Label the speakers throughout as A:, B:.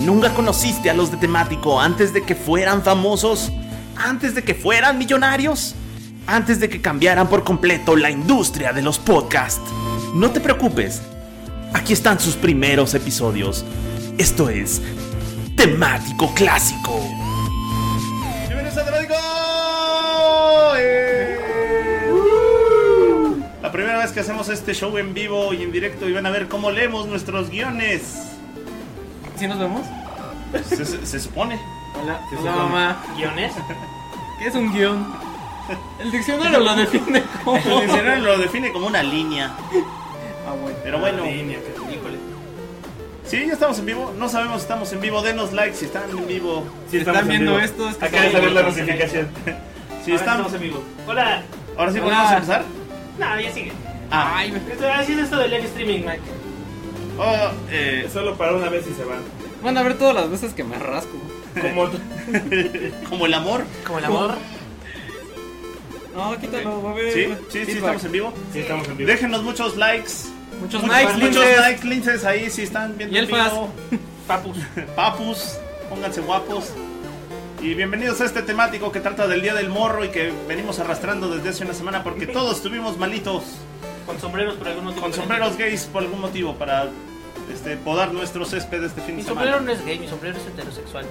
A: ¿Nunca conociste a los de temático antes de que fueran famosos? ¿Antes de que fueran millonarios? ¿Antes de que cambiaran por completo la industria de los podcasts? No te preocupes, aquí están sus primeros episodios. Esto es temático clásico.
B: Bienvenidos a Temático. Eh, La primera vez que hacemos este show en vivo y en directo y van a ver cómo leemos nuestros guiones.
C: ¿Sí nos vemos?
B: Se, se- se supone.
C: Hola, hola mamá. ¿Guiones? ¿Qué es un guión? El diccionario lo define como...
B: El diccionario lo define como una línea.
C: Ah, bueno.
B: Pero bueno.
C: Línea, pero- híjole.
B: Sí, ya estamos en vivo. No sabemos si estamos en vivo. Denos like si están en vivo.
C: Si están viendo esto, es que
D: Acá de
C: estamos
D: saber la
C: en vivo.
D: notificación.
B: Si estamos.
D: en vivo. Hola.
B: Ahora sí
C: Hola.
B: podemos empezar.
D: No, ya sigue.
B: Ah,
C: Ay, me-
D: Esto, así es esto del live streaming, Mike.
B: oh, eh,
E: Solo para una vez y se van.
C: Van a ver todas las veces que me rasco.
E: Como
B: como el amor.
C: ¿Como el amor? No, quítalo, va a ver.
B: Sí, sí, sí,
C: feedback.
B: estamos en vivo.
E: sí, estamos en vivo.
B: Déjenos muchos likes.
C: Muchos
B: Muchos-
C: likes,
B: muchos
C: linces.
B: likes, linces ahí si están viendo
C: Y
B: el
C: elfas.
B: video.
D: Papus.
B: Papus, pónganse guapos. Y bienvenidos a este temático que trata del Día del Morro y que venimos arrastrando desde hace una semana porque todos estuvimos malitos
D: Con sombreros por algún motivo.
B: con sombreros gays por algún motivo para este, podar nuestro césped este fin
D: Mi
B: de
D: sombrero
B: semana.
D: no es gay, mi sombrero es heterosexual.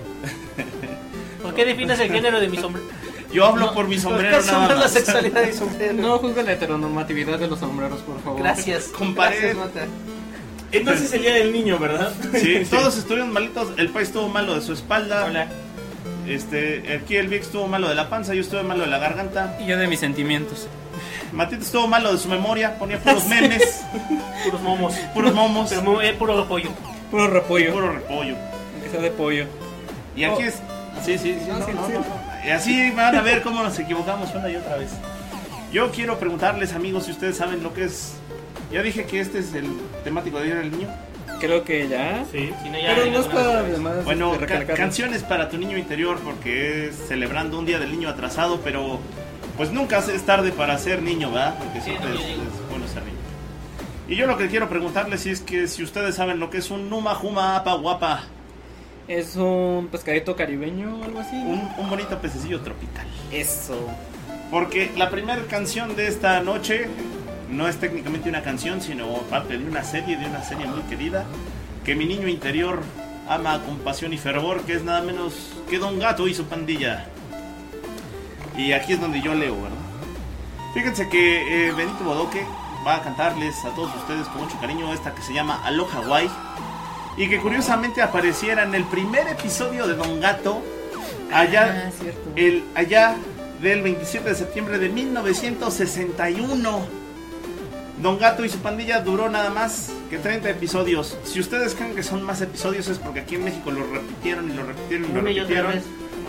D: ¿Por qué defines el género de mi sombrero?
B: Yo hablo por mi sombrero
D: ¿Por qué
B: nada
D: asombras la
B: más.
D: sexualidad de mi sombrero?
C: No juzga la heteronormatividad de los sombreros, por favor.
D: Gracias.
B: Comparé.
D: Gracias, Mata.
E: Entonces el día del niño, ¿verdad?
B: Sí, todos estuvimos malitos. El país estuvo malo de su espalda.
D: Hola.
B: Este, aquí el Vic estuvo malo de la panza, yo estuve malo de la garganta.
C: Y yo de mis sentimientos.
B: Matito estuvo malo de su memoria, ponía puros memes,
D: Puros momos.
B: puros momos,
D: Pero mo- eh, puro pollo.
C: Puro repollo.
B: puro repollo.
C: Que sea de pollo.
B: Y aquí es. Oh. Sí, sí, sí.
C: No,
B: no,
C: sí,
B: no,
C: sí.
B: no, no. Y así van a ver cómo nos equivocamos una y otra vez. Yo quiero preguntarles, amigos, si ustedes saben lo que es. Ya dije que este es el temático de Día del Niño.
C: Creo que ya.
E: Sí.
D: Si no, ya
C: Pero no
D: digamos una
C: está
D: vez.
C: de más.
B: Bueno,
C: este,
B: ca-
C: recalcarlo.
B: canciones para tu niño interior, porque es celebrando un Día del Niño atrasado, pero pues nunca es tarde para ser niño, ¿verdad? Porque
D: Sí,
B: siempre
D: no,
B: es,
D: yo digo.
B: es bueno ser niño. Y yo lo que quiero preguntarles es que si ustedes saben lo que es un Numa Juma Apa Guapa,
C: Es un pescadito caribeño o algo así. ¿no?
B: un, un bonito pececillo tropical.
C: Eso.
B: Porque la primera canción de esta noche no es técnicamente una canción, sino parte de una serie, de una serie muy querida, que mi niño interior ama con pasión y fervor, que es nada menos que Don Gato y su pandilla. Y aquí es donde yo leo, ¿verdad? Fíjense que eh, Benito Bodoque va a cantarles a todos ustedes con mucho cariño esta que se llama Aloha Hawaii y que curiosamente apareciera en el primer episodio de Don Gato allá
C: Ah, cierto.
B: el, allá del 27 de septiembre de 1961. Don Gato y su pandilla duró nada más que 30 episodios. Si ustedes creen que son más episodios es porque aquí en México lo repitieron y lo repitieron y lo
D: Una y otra
B: repitieron.
D: vez.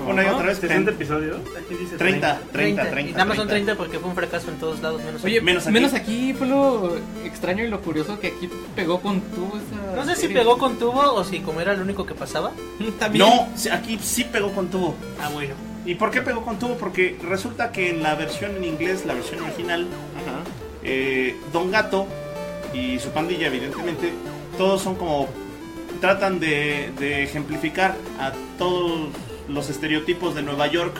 B: Una y otra vez.
E: 60
B: 30,
E: episodios. Aquí dice
B: 30, 30,
D: Y
B: 30.
D: nada más son 30 porque fue un fracaso en todos lados, menos
C: Oye,
D: aquí.
B: menos
C: menos
B: aquí.
C: aquí. fue lo extraño y lo curioso que aquí pegó con tubo esa.
D: No sé si
C: serie.
D: pegó con tubo o si como era el único que pasaba.
C: También.
B: No, sí, aquí sí pegó con tubo.
D: Ah, bueno.
B: ¿Y por qué pegó con tubo? Porque resulta que en la versión en inglés, la versión original,
C: Ajá.
B: eh, Don Gato y su pandilla, evidentemente, todos son como. tratan de, de ejemplificar a todos los estereotipos de Nueva York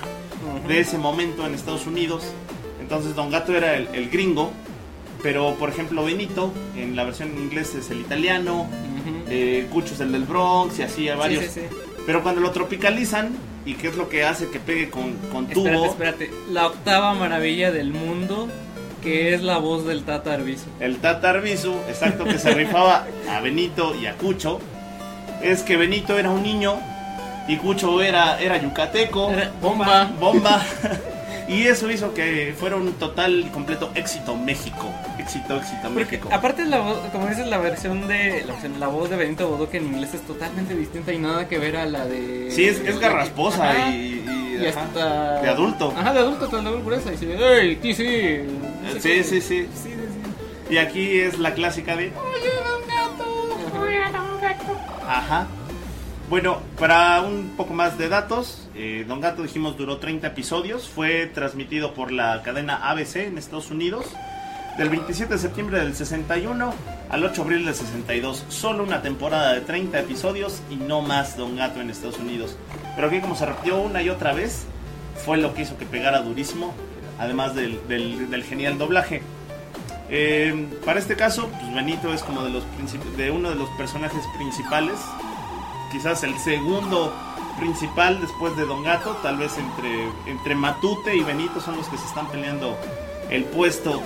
C: Ujú.
B: de ese momento en Estados Unidos. Entonces, Don Gato era el, el gringo, pero por ejemplo, Benito, en la versión en inglés, es el italiano,
C: Ujú.
B: eh, Cucho es el del Bronx y así, a varios.
C: Sí, sí, sí.
B: Pero cuando lo tropicalizan, ¿y qué es lo que hace que pegue con, con tubo?
C: Espérate, espérate. La octava maravilla del mundo, que es la voz del Tata Arbizu.
B: el Tata Arbizu, exacto, que se rifaba a Benito y a Cucho, es que Benito era un niño y Cucho era, era yucateco,
C: Era- Bomba.
B: bomba, y eso hizo que fuera un total y completo éxito México, éxito, éxito
C: Porque
B: México.
C: aparte la voz, como dices, la versión de la, versión- la voz de Benito Bodoque en inglés es totalmente distinta y nada que ver a la de
B: Sí, es, es garrasposa
C: Ajá.
B: y, y-
C: Y
B: ajá,
C: hasta...
B: de adulto.
C: Ajá, de adulto, tan doble gruesa. Y se ve, ¡ey, sí, sí! No
B: Sí,
C: sé
B: sí,
C: qué.
B: sí.
C: Sí, sí, sí.
B: Y aquí es la clásica de...
C: Ajá.
B: Ajá. Bueno, para un poco más de datos, eh, Don Gato dijimos duró 30 episodios, fue transmitido por la cadena ABC en Estados Unidos del 27 de septiembre del 61 al 8 de abril del 62. Solo una temporada de 30 episodios y no más Don Gato en Estados Unidos. Pero aquí como se repitió una y otra vez, fue lo que hizo que pegara durísimo, además del, del- del genial doblaje. Eh, para este caso, pues Benito es como de, los princip- de uno de los personajes principales, quizás el segundo principal después de Don Gato, tal vez entre, entre Matute y Benito son los que se están peleando el puesto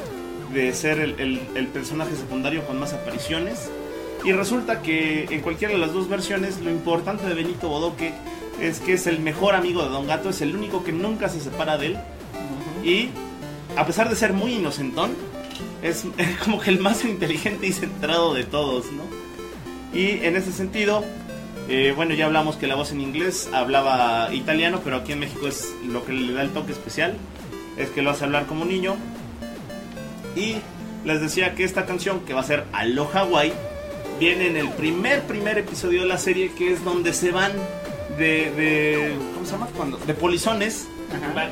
B: de ser el, el- el personaje secundario con más apariciones. Y resulta que en cualquiera de las dos versiones lo importante de Benito Bodoque es que es el mejor amigo de Don Gato, es el único que nunca se separa de él y a pesar de ser muy inocentón, es como que el más inteligente y centrado de todos, ¿no? Y en ese sentido, eh, bueno, ya hablamos que la voz en inglés hablaba italiano, pero aquí en México es lo que le da el toque especial, es que lo hace hablar como niño. Y les decía que esta canción, que va a ser Aloha Hawaii, viene en el primer, primer episodio de la serie, que es donde se van de, de ¿cómo se llama? Cuando, de polizones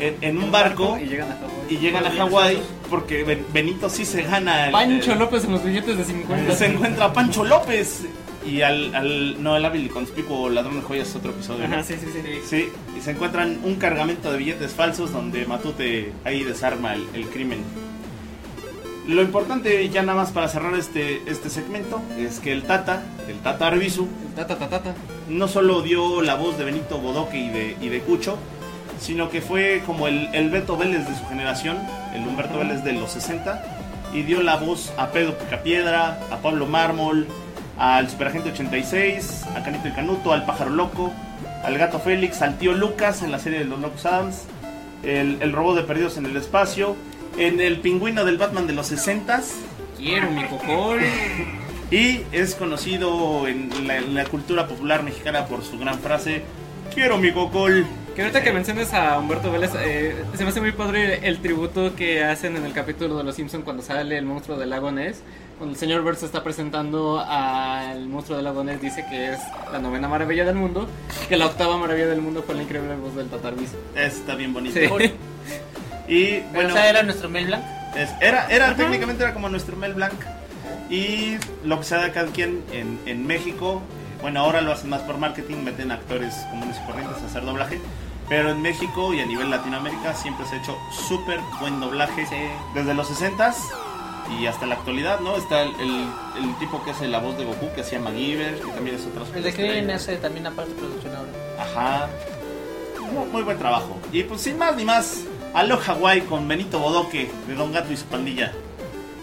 B: en, en un barco
C: Y llegan a Hawái.
B: y llegan a Hawái porque Ben- Benito sí se gana el,
C: Pancho
B: el-
C: López en los billetes de 50.
B: se encuentra a Pancho López y al, al no el hábil y conspicuo ladrón de joyas es otro episodio ¿no?
C: Ajá, sí, sí, sí.
B: sí y se encuentran un cargamento de billetes falsos donde Matute ahí desarma el, el crimen lo importante ya nada más para cerrar este este segmento es que el Tata el Tata Arbizu
C: El ta, ta, ta, ta, ta.
B: no solo dio la voz de Benito Bodoque y de, y de Cucho, sino que fue como el, el Beto Vélez de su generación, el Humberto Vélez de los 60, y dio la voz a Pedro Picapiedra, a Pablo Mármol, al Superagente 86, a Canito y Canuto, al Pájaro Loco, al Gato Félix, al Tío Lucas en la serie de los Locos Adams, el, el Robot de Perdidos en el Espacio, en el Pingüino del Batman de los 60s,
C: Quiero mi cocol.
B: y es conocido en la, en la cultura popular mexicana por su gran frase, quiero mi cocol.
C: Que ahorita que menciones a Humberto Vélez, eh, se me hace muy padre el tributo que hacen en el capítulo de Los Simpson cuando sale el monstruo del lago Ness. Cuando el señor Burns está presentando al monstruo del lago Ness, dice que es la novena maravilla del mundo, que la octava maravilla del mundo fue la increíble voz del Tatarvis.
B: Está bien bonito.
C: Sí.
B: Y
D: Bueno,
B: bueno,
D: o sea, era nuestro Mel Blanc.
B: es- era, era técnicamente era como nuestro Mel Blanc. Y lo que se da cada quien en, en México, bueno, ahora lo hacen más por marketing, meten actores comunes y corrientes a hacer doblaje. Pero en México y a nivel Latinoamérica siempre se ha hecho súper buen doblaje. Desde los 60s y hasta la actualidad, ¿no? Está el, el- el tipo que hace la voz de Goku, que hacía MacGyver, que también es otra
D: El de Krillin hace también aparte producción ahora.
B: Ajá. Mu- Muy, buen trabajo. Y pues sin más ni más, Aloha Hawaii con Benito Bodoque de Don Gato y su pandilla.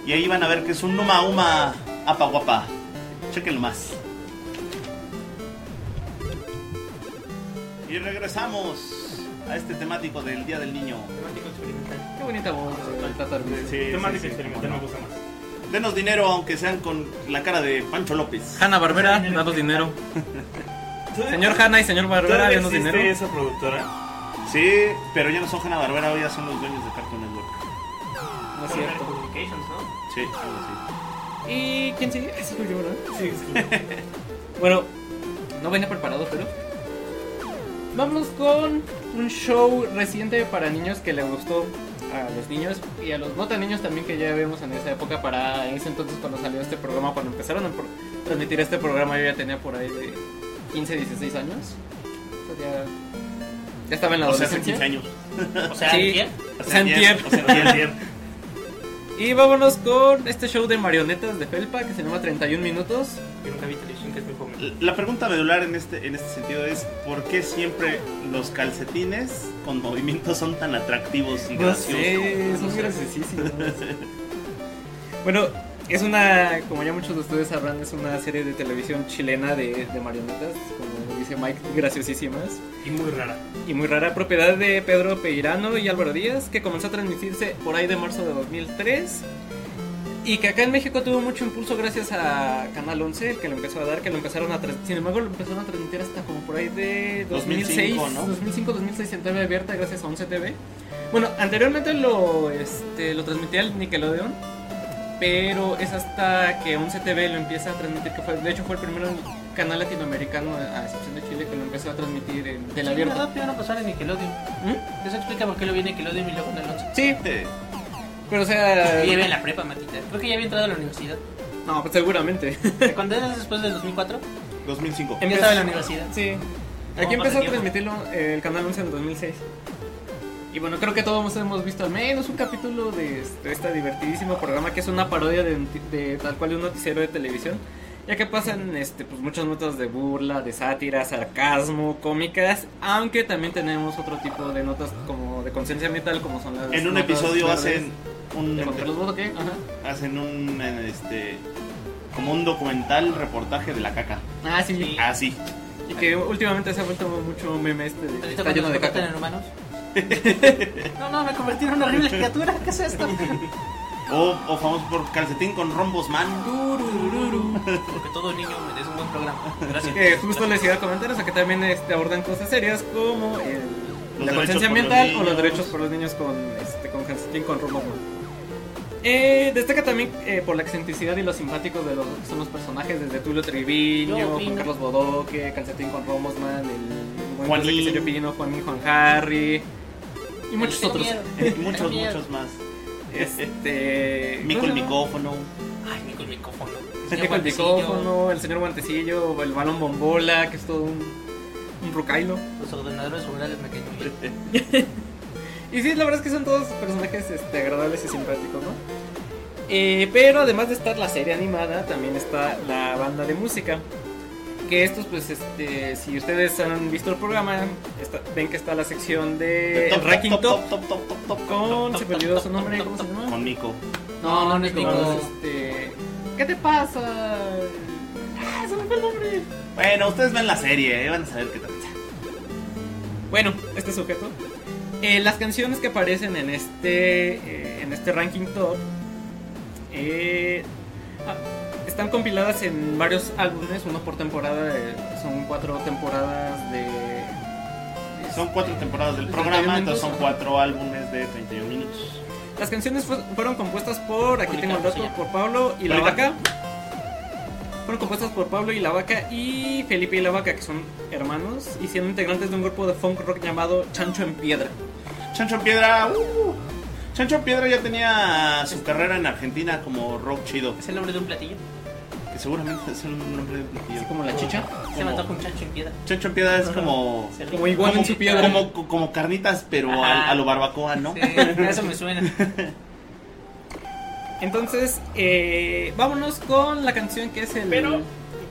B: Y ahí van a ver que es un Numa Uma Apa Guapa. Chequenlo más. Y regresamos a este temático del Día del Niño.
E: Temático experimental.
C: Qué bonita voz del Tatarvis.
E: Temático experimental me gusta más.
B: Denos dinero aunque sean con la cara de Pancho López.
C: Hanna Barbera, danos dinero. Señor Hanna y señor Barbera,
E: ¿Todavía
C: denos
E: existe
C: dinero.
E: esa productora?
B: Sí, pero ya no son Hanna Barbera, hoy ya son los dueños de Cartoon Network.
C: No es Ah, cierto.
E: Communications, ¿no?
B: Sí, algo así.
C: ¿Y quién sigue? Eso soy yo, ¿verdad?
E: Sí, sí.
C: Bueno, no venía preparado, pero. Vamos con un show reciente para niños que le gustó a los niños y a los no tan niños también que ya vemos en esa época. Para ese entonces, cuando salió este programa, cuando empezaron a pro- transmitir este programa, yo ya tenía por ahí de 15, 16 años. O sea, ya, ya estaba en la
B: O sea, hace
C: adolescencia.
B: 15 años.
D: O sea,
C: Sí.
D: ¿quién?
B: Hace 10,
C: Santier.
B: o sea, 10, 10.
C: Y vámonos con este show de marionetas de Felpa que se llama 31 minutos.
E: Yo nunca vi televisión que es muy joven.
B: La pregunta medular en este, en este sentido es ¿por qué siempre los calcetines con movimientos son tan atractivos y
C: No
B: graciosos?
C: sé, son graciosísimos. bueno, es una, como ya muchos de ustedes sabrán, es una serie de televisión chilena de, de marionetas, como dice Mike, graciosísimas.
E: Y muy rara.
C: Y muy rara propiedad de Pedro Peirano y Álvaro Díaz, que comenzó a transmitirse por ahí de marzo de 2003. Y que acá en México tuvo mucho impulso gracias a Canal 11, el que lo empezó a dar, que lo empezaron a transmitir. Sin embargo, lo empezaron a transmitir hasta como por ahí de 2006,
B: 2005, ¿no?
C: 2005, 2006 en TV abierta gracias a 11 TV. Bueno, anteriormente lo, este, lo transmitía el Nickelodeon, pero es hasta que 11 TV lo empieza a transmitir, que fue, de hecho fue el primer canal latinoamericano, a excepción de Chile, que lo empezó a transmitir en teleabierta.
D: No, primero pasar en Nickelodeon.
C: ¿Mm?
D: Eso explica por qué lo vi en Nickelodeon y luego en el 11.
C: Sí,
B: Eh,
C: Pero o sea.
D: Yo ya iba en la prepa, Matita. Creo que ya había entrado a la universidad.
C: No, pues seguramente.
D: Cuando eras después del 2004,
B: 2005.
D: yo estaba en la universidad.
C: Sí.
D: No,
C: Aquí empezó
D: pasa
C: a
D: tiempo.
C: transmitirlo eh, el canal 11 en el 2006. Y bueno, creo que todos hemos visto al menos un capítulo de este, este divertidísimo programa que es una parodia de, noti- de tal cual un noticiero de televisión. Ya que pasan este, pues, muchas notas de burla, de sátira, sarcasmo, cómicas, aunque también tenemos otro tipo de notas como de conciencia ambiental, como son las...
B: En un
C: notas
B: episodio
C: verdes.
B: hacen un,
C: ¿De contra los votos qué? Ajá.
B: hacen un eh, este como un documental reportaje de la caca.
C: Ah, sí.
D: Sí.
B: Así.
C: Y que últimamente se ha vuelto mucho meme este de...
D: ¿Has
C: Está lleno de caca.
D: en humanos? No, no, me convertí en una horrible criatura. ¿Qué es esto?
B: O, o famoso por calcetín con rombos man.
E: Porque todo niño merece un buen programa. Gracias.
C: Que Eh, justo les iba a comentar, o sea que también este, abordan cosas serias como el-
B: Los
C: la
B: derechos
C: conciencia
B: por los
C: ambiental o
B: niños.
C: los derechos por los niños con este con Hansitín, con Robo Eh, destaca también eh, por la excentricidad y los simpáticos de los que son los personajes, desde Tulio
D: Yo
C: Triviño,
D: opino.
C: Juan Carlos Bodoque, Calcetín con Romosman, el buen
B: Juanín.
C: José Quiseño Pino, Juanín, Juan Harry y muchos
D: Tengo
C: otros.
D: miedo.
B: Y muchos,
D: Tengo miedo.
B: muchos más.
C: Este,
B: Mico
C: ¿cómo
B: el
C: se llama?
B: micófono.
E: Ay, Nico el micrófono.
C: El Nico el micrófono, el señor Guantecillo, el balón bombola, que es todo un, un rocailo.
D: Los ordenadores rurales me caen bien.
C: Y sí, la verdad es que son todos personajes este, agradables y simpáticos, ¿no? Eh, pero además de estar la serie animada, también está la banda de música. Que estos, pues, este, si ustedes han visto el programa, está- ven que está la sección de el Ranking
B: top,
C: Top,
B: top, top, top, top,
C: con,
B: top,
C: se me
B: top,
C: olvidó
B: top,
C: su
B: top,
C: nombre,
B: top,
C: ¿cómo se
B: top,
C: llama?
B: Con Mico.
D: No, no, no es
C: Con,
D: Nico.
C: este, ¿Qué te pasa? Ah, se me fue el nombre.
B: Bueno, ustedes ven la serie, eh, van a saber qué tal.
C: Bueno, este sujeto. eh, las canciones que aparecen en este, eh, en este ranking top eh, ah, están compiladas en varios álbumes, uno por temporada, eh, son cuatro temporadas de... de-
B: Son cuatro temporadas del
C: 31
B: programa, entonces son
C: minutos,
B: cuatro álbumes de 31 minutos.
C: Las canciones fu- fueron compuestas por, aquí tengo el
D: Policarpo se
C: dato,
D: llama.
C: por Pablo y la vaca.
B: Policarpo.
C: Fueron compuestas por Pablo y la vaca y Felipe y la vaca, que son hermanos y siendo integrantes de un grupo de funk rock llamado Chancho en Piedra.
B: Chancho en Piedra, uh, Chancho en Piedra ya tenía su carrera en Argentina como rock chido,
D: ¿Es el nombre de un platillo?
B: que seguramente es un nombre de platillo.
C: Así como la chicha.
D: Se
B: Como-
D: me antoja un chancho en piedra.
B: Chancho en Piedra es como
D: Se
C: Como
D: ríe.
C: igual
B: como,
C: en su piedra.
B: como, como carnitas pero a,
D: Ajá.
B: a lo barbacoa, ¿no?
D: Sí, a eso me suena.
C: Entonces, eh, vámonos con la canción que es el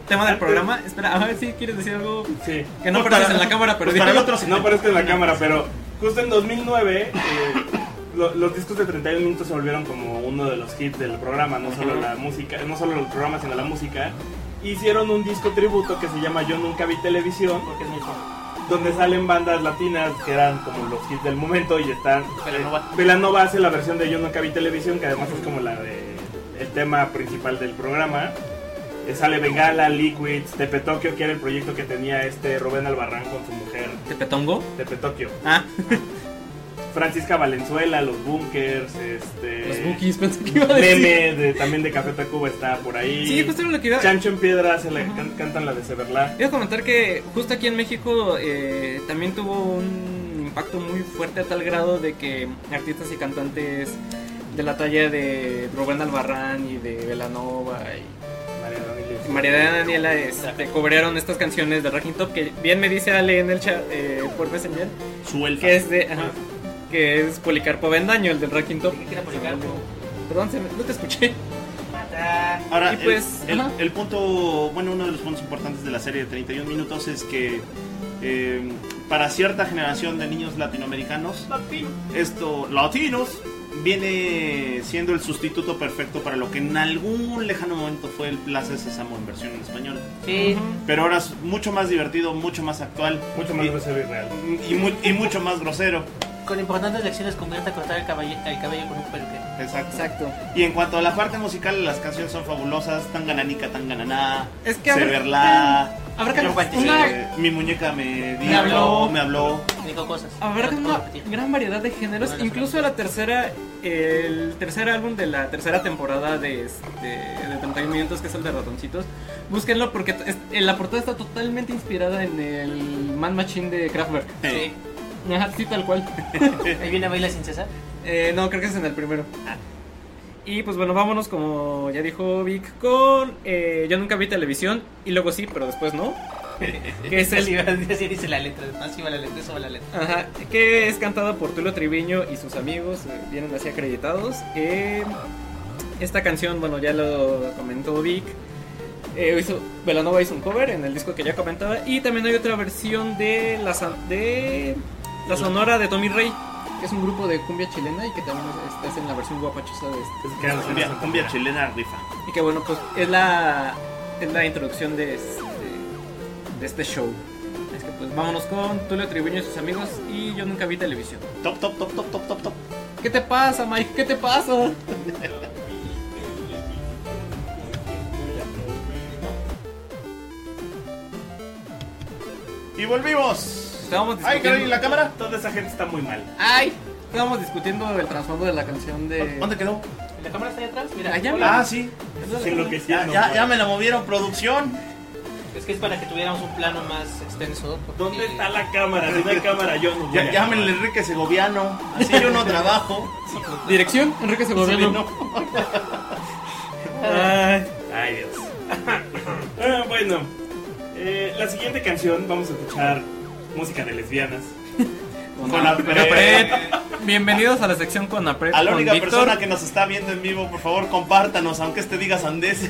C: tema del programa. Espera, a ver si quieres decir algo
E: Sí.
C: que no
B: Pues eh,
C: apareces
B: para-
C: en la cámara, pero
B: pues para el
C: dilo.
B: otro
E: No aparezco en la cámara, pero justo en 2009 eh, lo- los discos de 31 minutos se volvieron como uno de los hits del programa, no solo la música, no solo el programa, sino la música. Hicieron un disco tributo que se llama Yo nunca vi televisión,
D: Porque es muy famoso.
E: donde salen bandas latinas que eran como los hits del momento y están
D: Belanova.
E: Velanova hace la versión de Yo nunca vi televisión, que además es como la de el tema principal del programa. Eh, sale Bengala, Liquids, Tepe Tokio, que era el proyecto que tenía este Rubén Albarrán con su mujer
C: ¿Te petongo?
E: Tepe Tokio.
C: Ah,
E: Francisca Valenzuela, los Bunkers,
B: Eh,
E: este
C: los bookies, pensé que iba a decir.
E: Meme de- también de Café Tacuba está por ahí.
C: Sí, justo era lo que iba
E: Chancho en Piedra se la,
C: Ajá.
E: can- cantan la de Severla.
C: Quiero comentar que justo aquí en México eh, también tuvo un impacto muy fuerte a tal grado de que artistas y cantantes de la talla de Rubén Albarrán y de Velanova y
E: Mariana Miles.
C: María de Daniela este, cobraron estas canciones de Ranking Top que bien me dice Ale en el chat eh, por Messenger
B: Suelta.
C: que es de ajá, que es Policarpo Bendaño el del Ranking Top.
D: Dije que era Policarpo.
C: Perdón, se me- no te escuché.
D: Mata.
B: Ahora,
C: Y
B: el-
C: pues,
B: el,
C: ajá.
B: el punto, bueno, uno de los puntos importantes de la serie de 31 minutos es que eh, para cierta generación de niños latinoamericanos, esto, latinos, viene siendo el sustituto perfecto para lo que en algún lejano momento fue el Plaza Sésamo en versión en español.
D: Sí.
B: Pero ahora es mucho más divertido, mucho más actual.
E: Mucho más
B: y,
E: grosero y real.
B: y mu- y mucho más grosero.
D: Con importantes lecciones convierte a cortar el cabello, el cabello con un peluquero.
B: Exacto.
C: Exacto.
B: Y en cuanto a la parte musical, las canciones son fabulosas. Tan gananica, tan gananá.
C: Es que habrá-
B: Severla.
C: Habrá que
D: Yo
B: Eh,
C: una,
B: mi muñeca me,
D: Me habló.
B: me habló.
D: Dijo cosas.
C: habrá
D: No te puedo
C: una
D: repetir.
C: gran variedad de géneros, incluso la tercera el tercer álbum de la tercera temporada de este de 31 minutos que es el de ratoncitos. Búsquenlo porque es- eh, la portada está totalmente inspirada en el Man Machine de Kraftwerk.
B: Eh,
D: Sí.
C: Ajá, sí, tal cual.
D: Ahí viene a bailar sin cesar.
C: Eh, no, creo que es en el primero. Y pues bueno, vámonos como ya dijo Vic con eh, Yo nunca vi televisión y luego sí, pero después no. que es el-
D: Así dice la letra, más iba la letra, eso va la letra.
C: Ajá, que es cantada por Tulio Triviño y sus amigos, eh, vienen así acreditados. Eh, esta canción, bueno, ya lo comentó Vic. Eh, hizo, Velanova hizo un cover en el disco que ya comentaba. Y también hay otra versión de la, sa- de la Sonora de Tommy Rey, que es un grupo de cumbia chilena y que también es- es en la versión guapachosa de este.
E: Es que eran los
B: Cumbia,
E: años
B: cumbia
E: 80.
B: chilena rifa.
C: Y que bueno, pues es la, es la introducción de este, de este show. Es que pues vámonos con Tulio Triviño y sus amigos. Y yo nunca vi televisión.
B: Top, top, top, top, top, top, top.
C: ¿Qué te pasa, Mike? ¿Qué te pasa?
B: Y volvimos.
C: Estábamos
B: Ay, caray,
C: discutiendo.
B: la cámara.
E: Toda esa gente está muy mal.
C: Ay, estábamos discutiendo el trasfondo de la canción de.
B: ¿Dónde quedó?
D: La cámara está ahí atrás, mira.
C: Allá,
D: hola.
B: Ah, sí.
E: Se
B: Ya,
E: enloquecieron.
B: ya, ya me la movieron producción.
D: Es que es para que tuviéramos un plano más extenso. porque-
E: ¿Dónde está la cámara? Si no hay cámara, yo no voy
B: Ya,
E: a-
B: llámenle Enrique Segoviano. Así yo no trabajo.
C: Dirección, Enrique Segoviano. Ay,
E: Ay, Dios. Ah, bueno, eh, la siguiente canción vamos a escuchar música de lesbianas.
B: Con la-
C: Conapred. Bienvenidos a la sección con Apret.
B: A la
C: con
B: única
C: Víctor.
B: persona que nos está viendo en vivo, por favor, compártanos, aunque este diga sandés.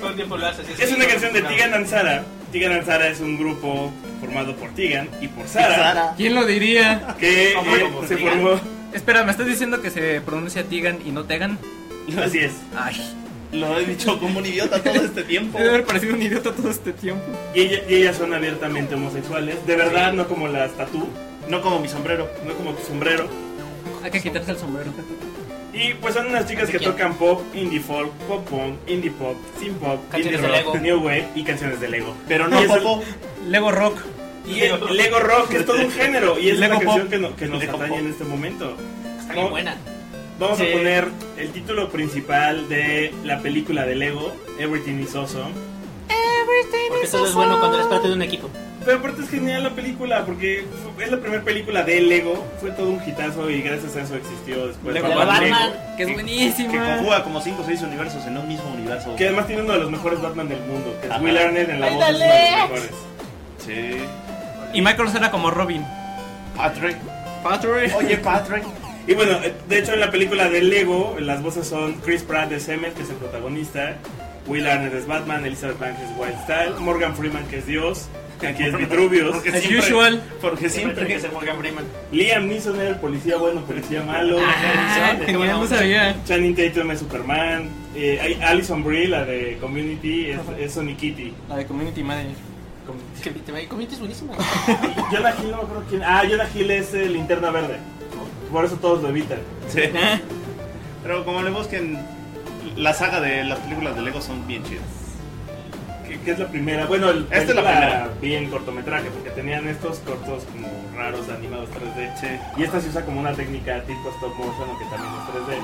D: Todo el tiempo lo haces.
E: Es una canción de Tigan and Sara. Tigan and Sara es un grupo formado por Tigan y por Sara,
B: Sara.
C: ¿Quién lo diría?
E: que
D: Ah, bueno,
E: eh,
D: por
E: se
D: Tigan.
E: formó.
C: Espera, ¿me estás diciendo que se pronuncia Tigan y no Tegan?
E: Así es.
C: Ay,
B: Lo he dicho como un idiota todo este tiempo.
C: debe haber parecido un idiota todo este tiempo.
E: Y, ella- y ellas son abiertamente homosexuales. De verdad, no como las tatú,
B: No como mi sombrero.
E: no como tu sombrero.
C: Hay que quitarse el sombrero.
E: Y pues son unas chicas que tocan pop, indie folk, pop punk, indie pop, sin pop,
D: Canciones
E: indie
D: de
E: rock,
D: Lego.
E: new wave y canciones de Lego.
B: Pero no
E: Y eso-
B: popo.
C: Lego Rock.
E: Y el Lego Rock es todo un género y es
C: Lego
E: la
C: Pop.
E: canción que, no- que nos
B: Lego
E: atañe
B: Pop.
E: en este momento.
D: Está
E: ¿no?
D: bien buena.
E: Vamos
D: Sí.
E: a poner el título principal de la película de Lego, Everything is Awesome.
D: Porque todo es bueno cuando eres parte de un equipo.
E: Pero aparte es genial la película porque fue- es la primera película de Lego, fue todo un hitazo y gracias a eso existió después
C: Lego
D: Batman.
C: Que es
B: Pues Que
C: buenísima.
B: conjuga como 5 o 6 universos en un mismo universo.
E: que además tiene uno de los mejores Batman del mundo, que es
B: Ajá.
E: Will Arnett en la voz es uno de
D: ¡Ándale!
E: los mejores.
B: Sí.
C: Y Michael era como Robin.
B: Patrick.
C: Patrick.
B: Oye, Patrick.
E: Y bueno, eh, de hecho en la película de Lego las voces son Chris Pratt de Semmel, que es el protagonista, Will Arnett es Batman, Elizabeth Banks es Wild Style, Morgan Freeman que es Dios, que aquí es Vitruvius,
B: Porque
C: As
B: siempre-
C: usual.
B: Porque
D: tiene que
B: siempre.
D: ser Morgan Freeman.
E: Liam Neeson era el policía bueno, policía malo,
C: Ah,
D: Qué buena
C: genial, no
D: onda.
C: sabía.
E: Channing Tatum es Superman, eh, hay Alison Brie, la de Community, es, es Sonny Kitty.
C: La de Community Manager.
D: Que te va- y Community es buenísima.
E: Jonah Hill, no me acuerdo quién. Ah, Jonah Hill es el linterna verde. Por eso todos lo evitan.
B: Sí. Pero como le busquen, la saga de las películas de Lego son bien chidas.
E: Que, que es la primera. Bueno, el,
B: Esta es la primera.
E: Bien cortometraje, porque tenían estos cortos como raros animados 3D.
B: Sí,
E: Y esta se usa como una técnica tipo stop motion, aunque también es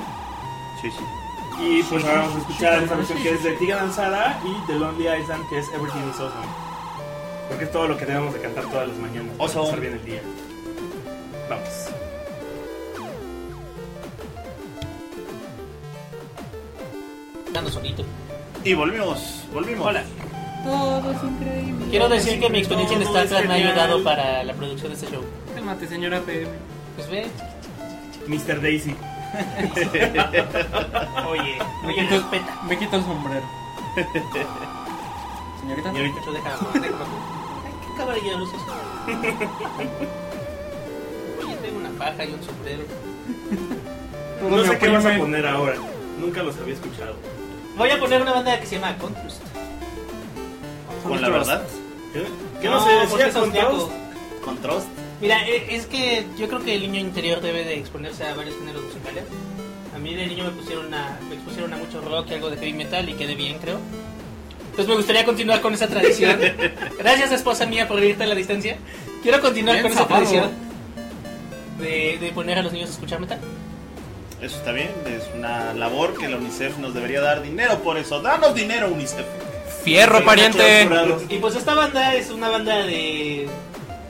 E: 3D.
B: sí, sí.
E: Y pues ahora vamos a escuchar esa versión que es de Tiga Danzada y The Lonely Island, que es Everything is Awesome. Porque es todo lo que debemos de cantar todas las mañanas. para
B: Awesome.
E: pasar bien el día. Vamos.
D: Dando sonito.
B: Y volvimos, volvimos. Hola.
D: Quiero decir que mi experiencia en
E: Todo
D: Star
E: es
D: Trek me ha
E: genial.
D: ayudado para la producción de este show.
C: Cálmate, señora PM.
D: Pues ve.
E: Mr. Daisy.
D: Oye,
C: Me
D: oye,
C: quito,
D: respeta.
C: me quito el sombrero. Señorita.
E: Señorita.
D: Yo deja, déjame tú. Ay, qué camarilla de luces. Oye, tengo una paja y un sombrero.
B: Pues
E: No sé qué vas a
C: Apóyame.
E: poner ahora. Nunca los había escuchado.
D: Voy a poner una banda que se llama Contrust.
B: Con la verdad,
E: ¿Qué? ¿Qué no,
F: pues
E: se
D: porque
E: decía
D: es
E: con
D: austriaco.
E: Toast?
B: con Trust.
D: Mira, e- es que yo creo que el niño interior debe de exponerse a varios géneros musicales. A mí de niño me pusieron a, me expusieron a mucho rock y algo de heavy metal y quedé bien, creo. Entonces me gustaría continuar con esa tradición. Gracias, esposa mía, por irte a la distancia. Quiero continuar
C: Bien
D: con esa
C: zafado.
D: tradición de, de poner a los niños a escuchar metal.
B: Eso está bien, es una labor que la UNICEF nos debería dar dinero por eso. Danos dinero, UNICEF.
C: Fierro,
E: Son nachos dorados.
D: Y pues esta banda es una banda de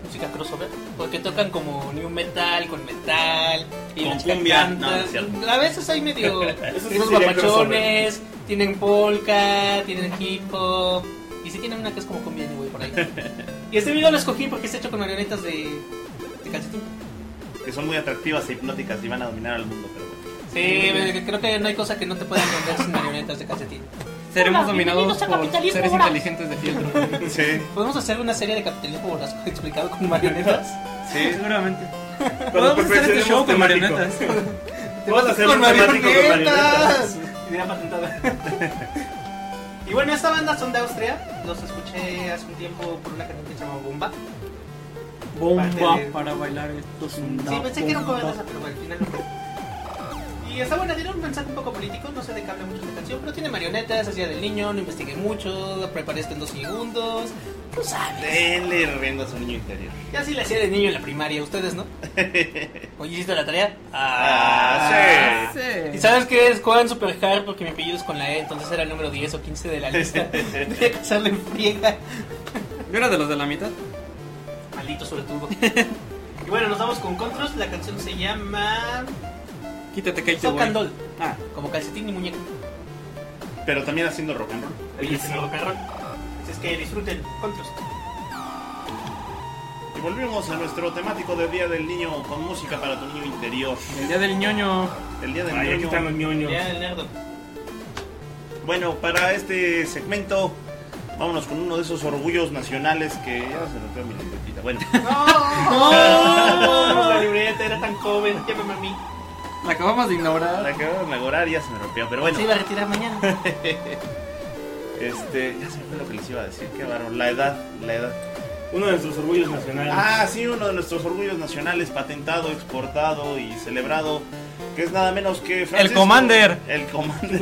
D: música música crossover, porque tocan como new metal con metal y
B: Con
D: las que
B: cumbia,
D: cantan-
B: no, es cierto.
D: a veces hay medio
E: Eso sí
D: unos
E: sería
D: guapachones, tienen polka, tienen hip hop y sí tienen una que es como cumbia güey por ahí. y este video lo escogí porque es hecho con marionetas de, de calcetín.
B: Que son muy atractivas e hipnóticas y van a dominar al mundo. Pero bueno.
D: Sí, eh, creo que no hay cosa que no te puedan vender sin marionetas de calcetín.
C: Seremos
D: Hola,
C: dominados
D: bienvenidos a
C: por
D: Capitalismo
C: seres
D: Voraz.
C: inteligentes de fieltro.
B: Sí,
D: Podemos hacer una serie de capitalismo borrasco explicado con marionetas.
B: sí.
F: Seguramente.
E: Cuando
F: Podemos hacer este
E: perfeccionemos
F: show con
E: pues, temático.
F: marionetas.
E: Vamos a hacer
D: con
E: un temático con
D: marionetas.
E: marionetas.
D: Idea patentada. y bueno, esta banda son de Austria. Los escuché hace un tiempo por una canción que se llama Bomba.
F: Bomba
D: Parte de-
F: para bailar esto es una
D: Sí, pensé que era un
F: bomba.
D: cover de esa, pero al final no. Y está buena, tiene un mensaje un poco político, no sé de qué habla mucho esta canción, pero tiene marionetas, hacía del niño, no investigué mucho, preparé esto en dos segundos, tú sabes.
B: Denle rienda a su niño interior.
D: Ya sí le hacía del niño en la primaria, ustedes, ¿no? Oye, ¿hiciste la tarea?
B: Ah, sí.
D: ¿Y
C: Sí.
D: sabes qué es Juan Super Hard? Porque mi apellido es con la E, entonces era el número 10 o 15 de la lista. Voy a casarle en friega.
F: Yo era de los de la mitad.
D: Maldito sobretudo. Y bueno, nos vamos con Contras. La canción se llama.
F: Quítate que ahí te
D: Sock
F: voy.
D: and Doll.
F: Ah,
D: Como calcetín y muñeca.
B: Pero también haciendo rock and roll.
D: Oye, es rock and roll. Así es que disfruten Contras.
B: Y volvimos a nuestro temático de Día del Niño con música para tu niño interior.
F: el día del ñoño.
B: El Día del
E: Ay, aquí
B: Niño.
E: están los ñoños.
D: Ya el nerdo.
B: Bueno, para este segmento, vámonos con uno de esos orgullos nacionales que ya se nos quedó mi libretita. Bueno,
D: Oh. ¡No! La libreta era tan joven. Llámame a mí.
F: La acabamos de ignorar.
B: la que va a mejorar ya se me rompió, pero bueno.
D: Se iba a retirar mañana.
B: Este, ya se me fue lo que les iba a decir, qué varón, la edad, la edad.
E: Uno de nuestros orgullos nacionales.
B: Ah, sí, uno de nuestros orgullos nacionales, patentado, exportado y celebrado, que es nada menos que Francisco-
F: Commander.
B: El Commander.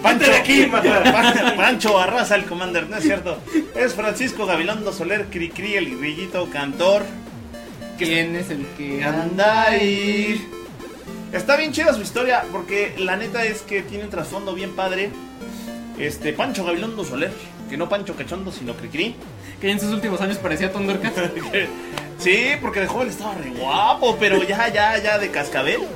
E: Vete
B: Pancho,
E: de aquí, mata.
B: Pan- Pancho arrasa el Commander, no es cierto. Es Francisco Gabilondo Soler Cricri, el grillito cantor.
C: ¿Quién es el que
B: Gandai. Está bien chida su historia porque la neta es que tiene un trasfondo bien padre. Este Pancho Gabilondo Soler, que no Pancho Cachondo, sino Cricri.
C: que en sus últimos años parecía Thundercats?
B: Sí, porque de joven estaba re guapo, pero ya, ya, ya de cascabel.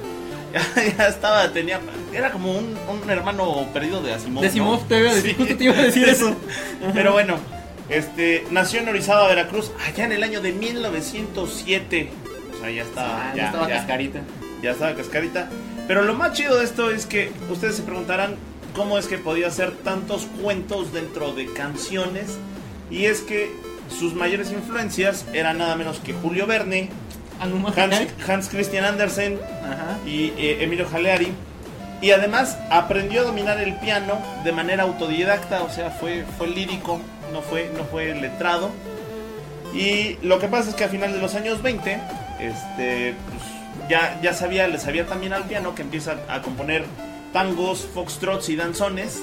B: Ya, ya estaba, tenía. Era como un, un hermano perdido de Asimov. ¿no?
C: Decimov, te iba a decir,
B: Sí.
C: justo te iba a decir eso.
B: Pero bueno, este, nació en Orizaba, Veracruz, allá en el año de 1907. O sea, ya estaba.
C: Ah,
B: ya,
C: no estaba
B: ya,
C: cascarita.
B: ya estaba cascarita. Pero lo más chido de esto es que ustedes se preguntarán cómo es que podía hacer tantos cuentos dentro de canciones. Y es que sus mayores influencias eran nada menos que Julio Verne,
C: Anuma.
B: Hans, Hans Christian Andersen
F: Ajá.
B: y eh, Emilio Jaleari. Y además aprendió a dominar el piano de manera autodidacta, o sea, fue, fue lírico, no fue, no fue letrado. Y lo que pasa es que a final de los años 20, este, pues, ya, ya sabía, le sabía también al piano que empieza a componer tangos, foxtrots y danzones.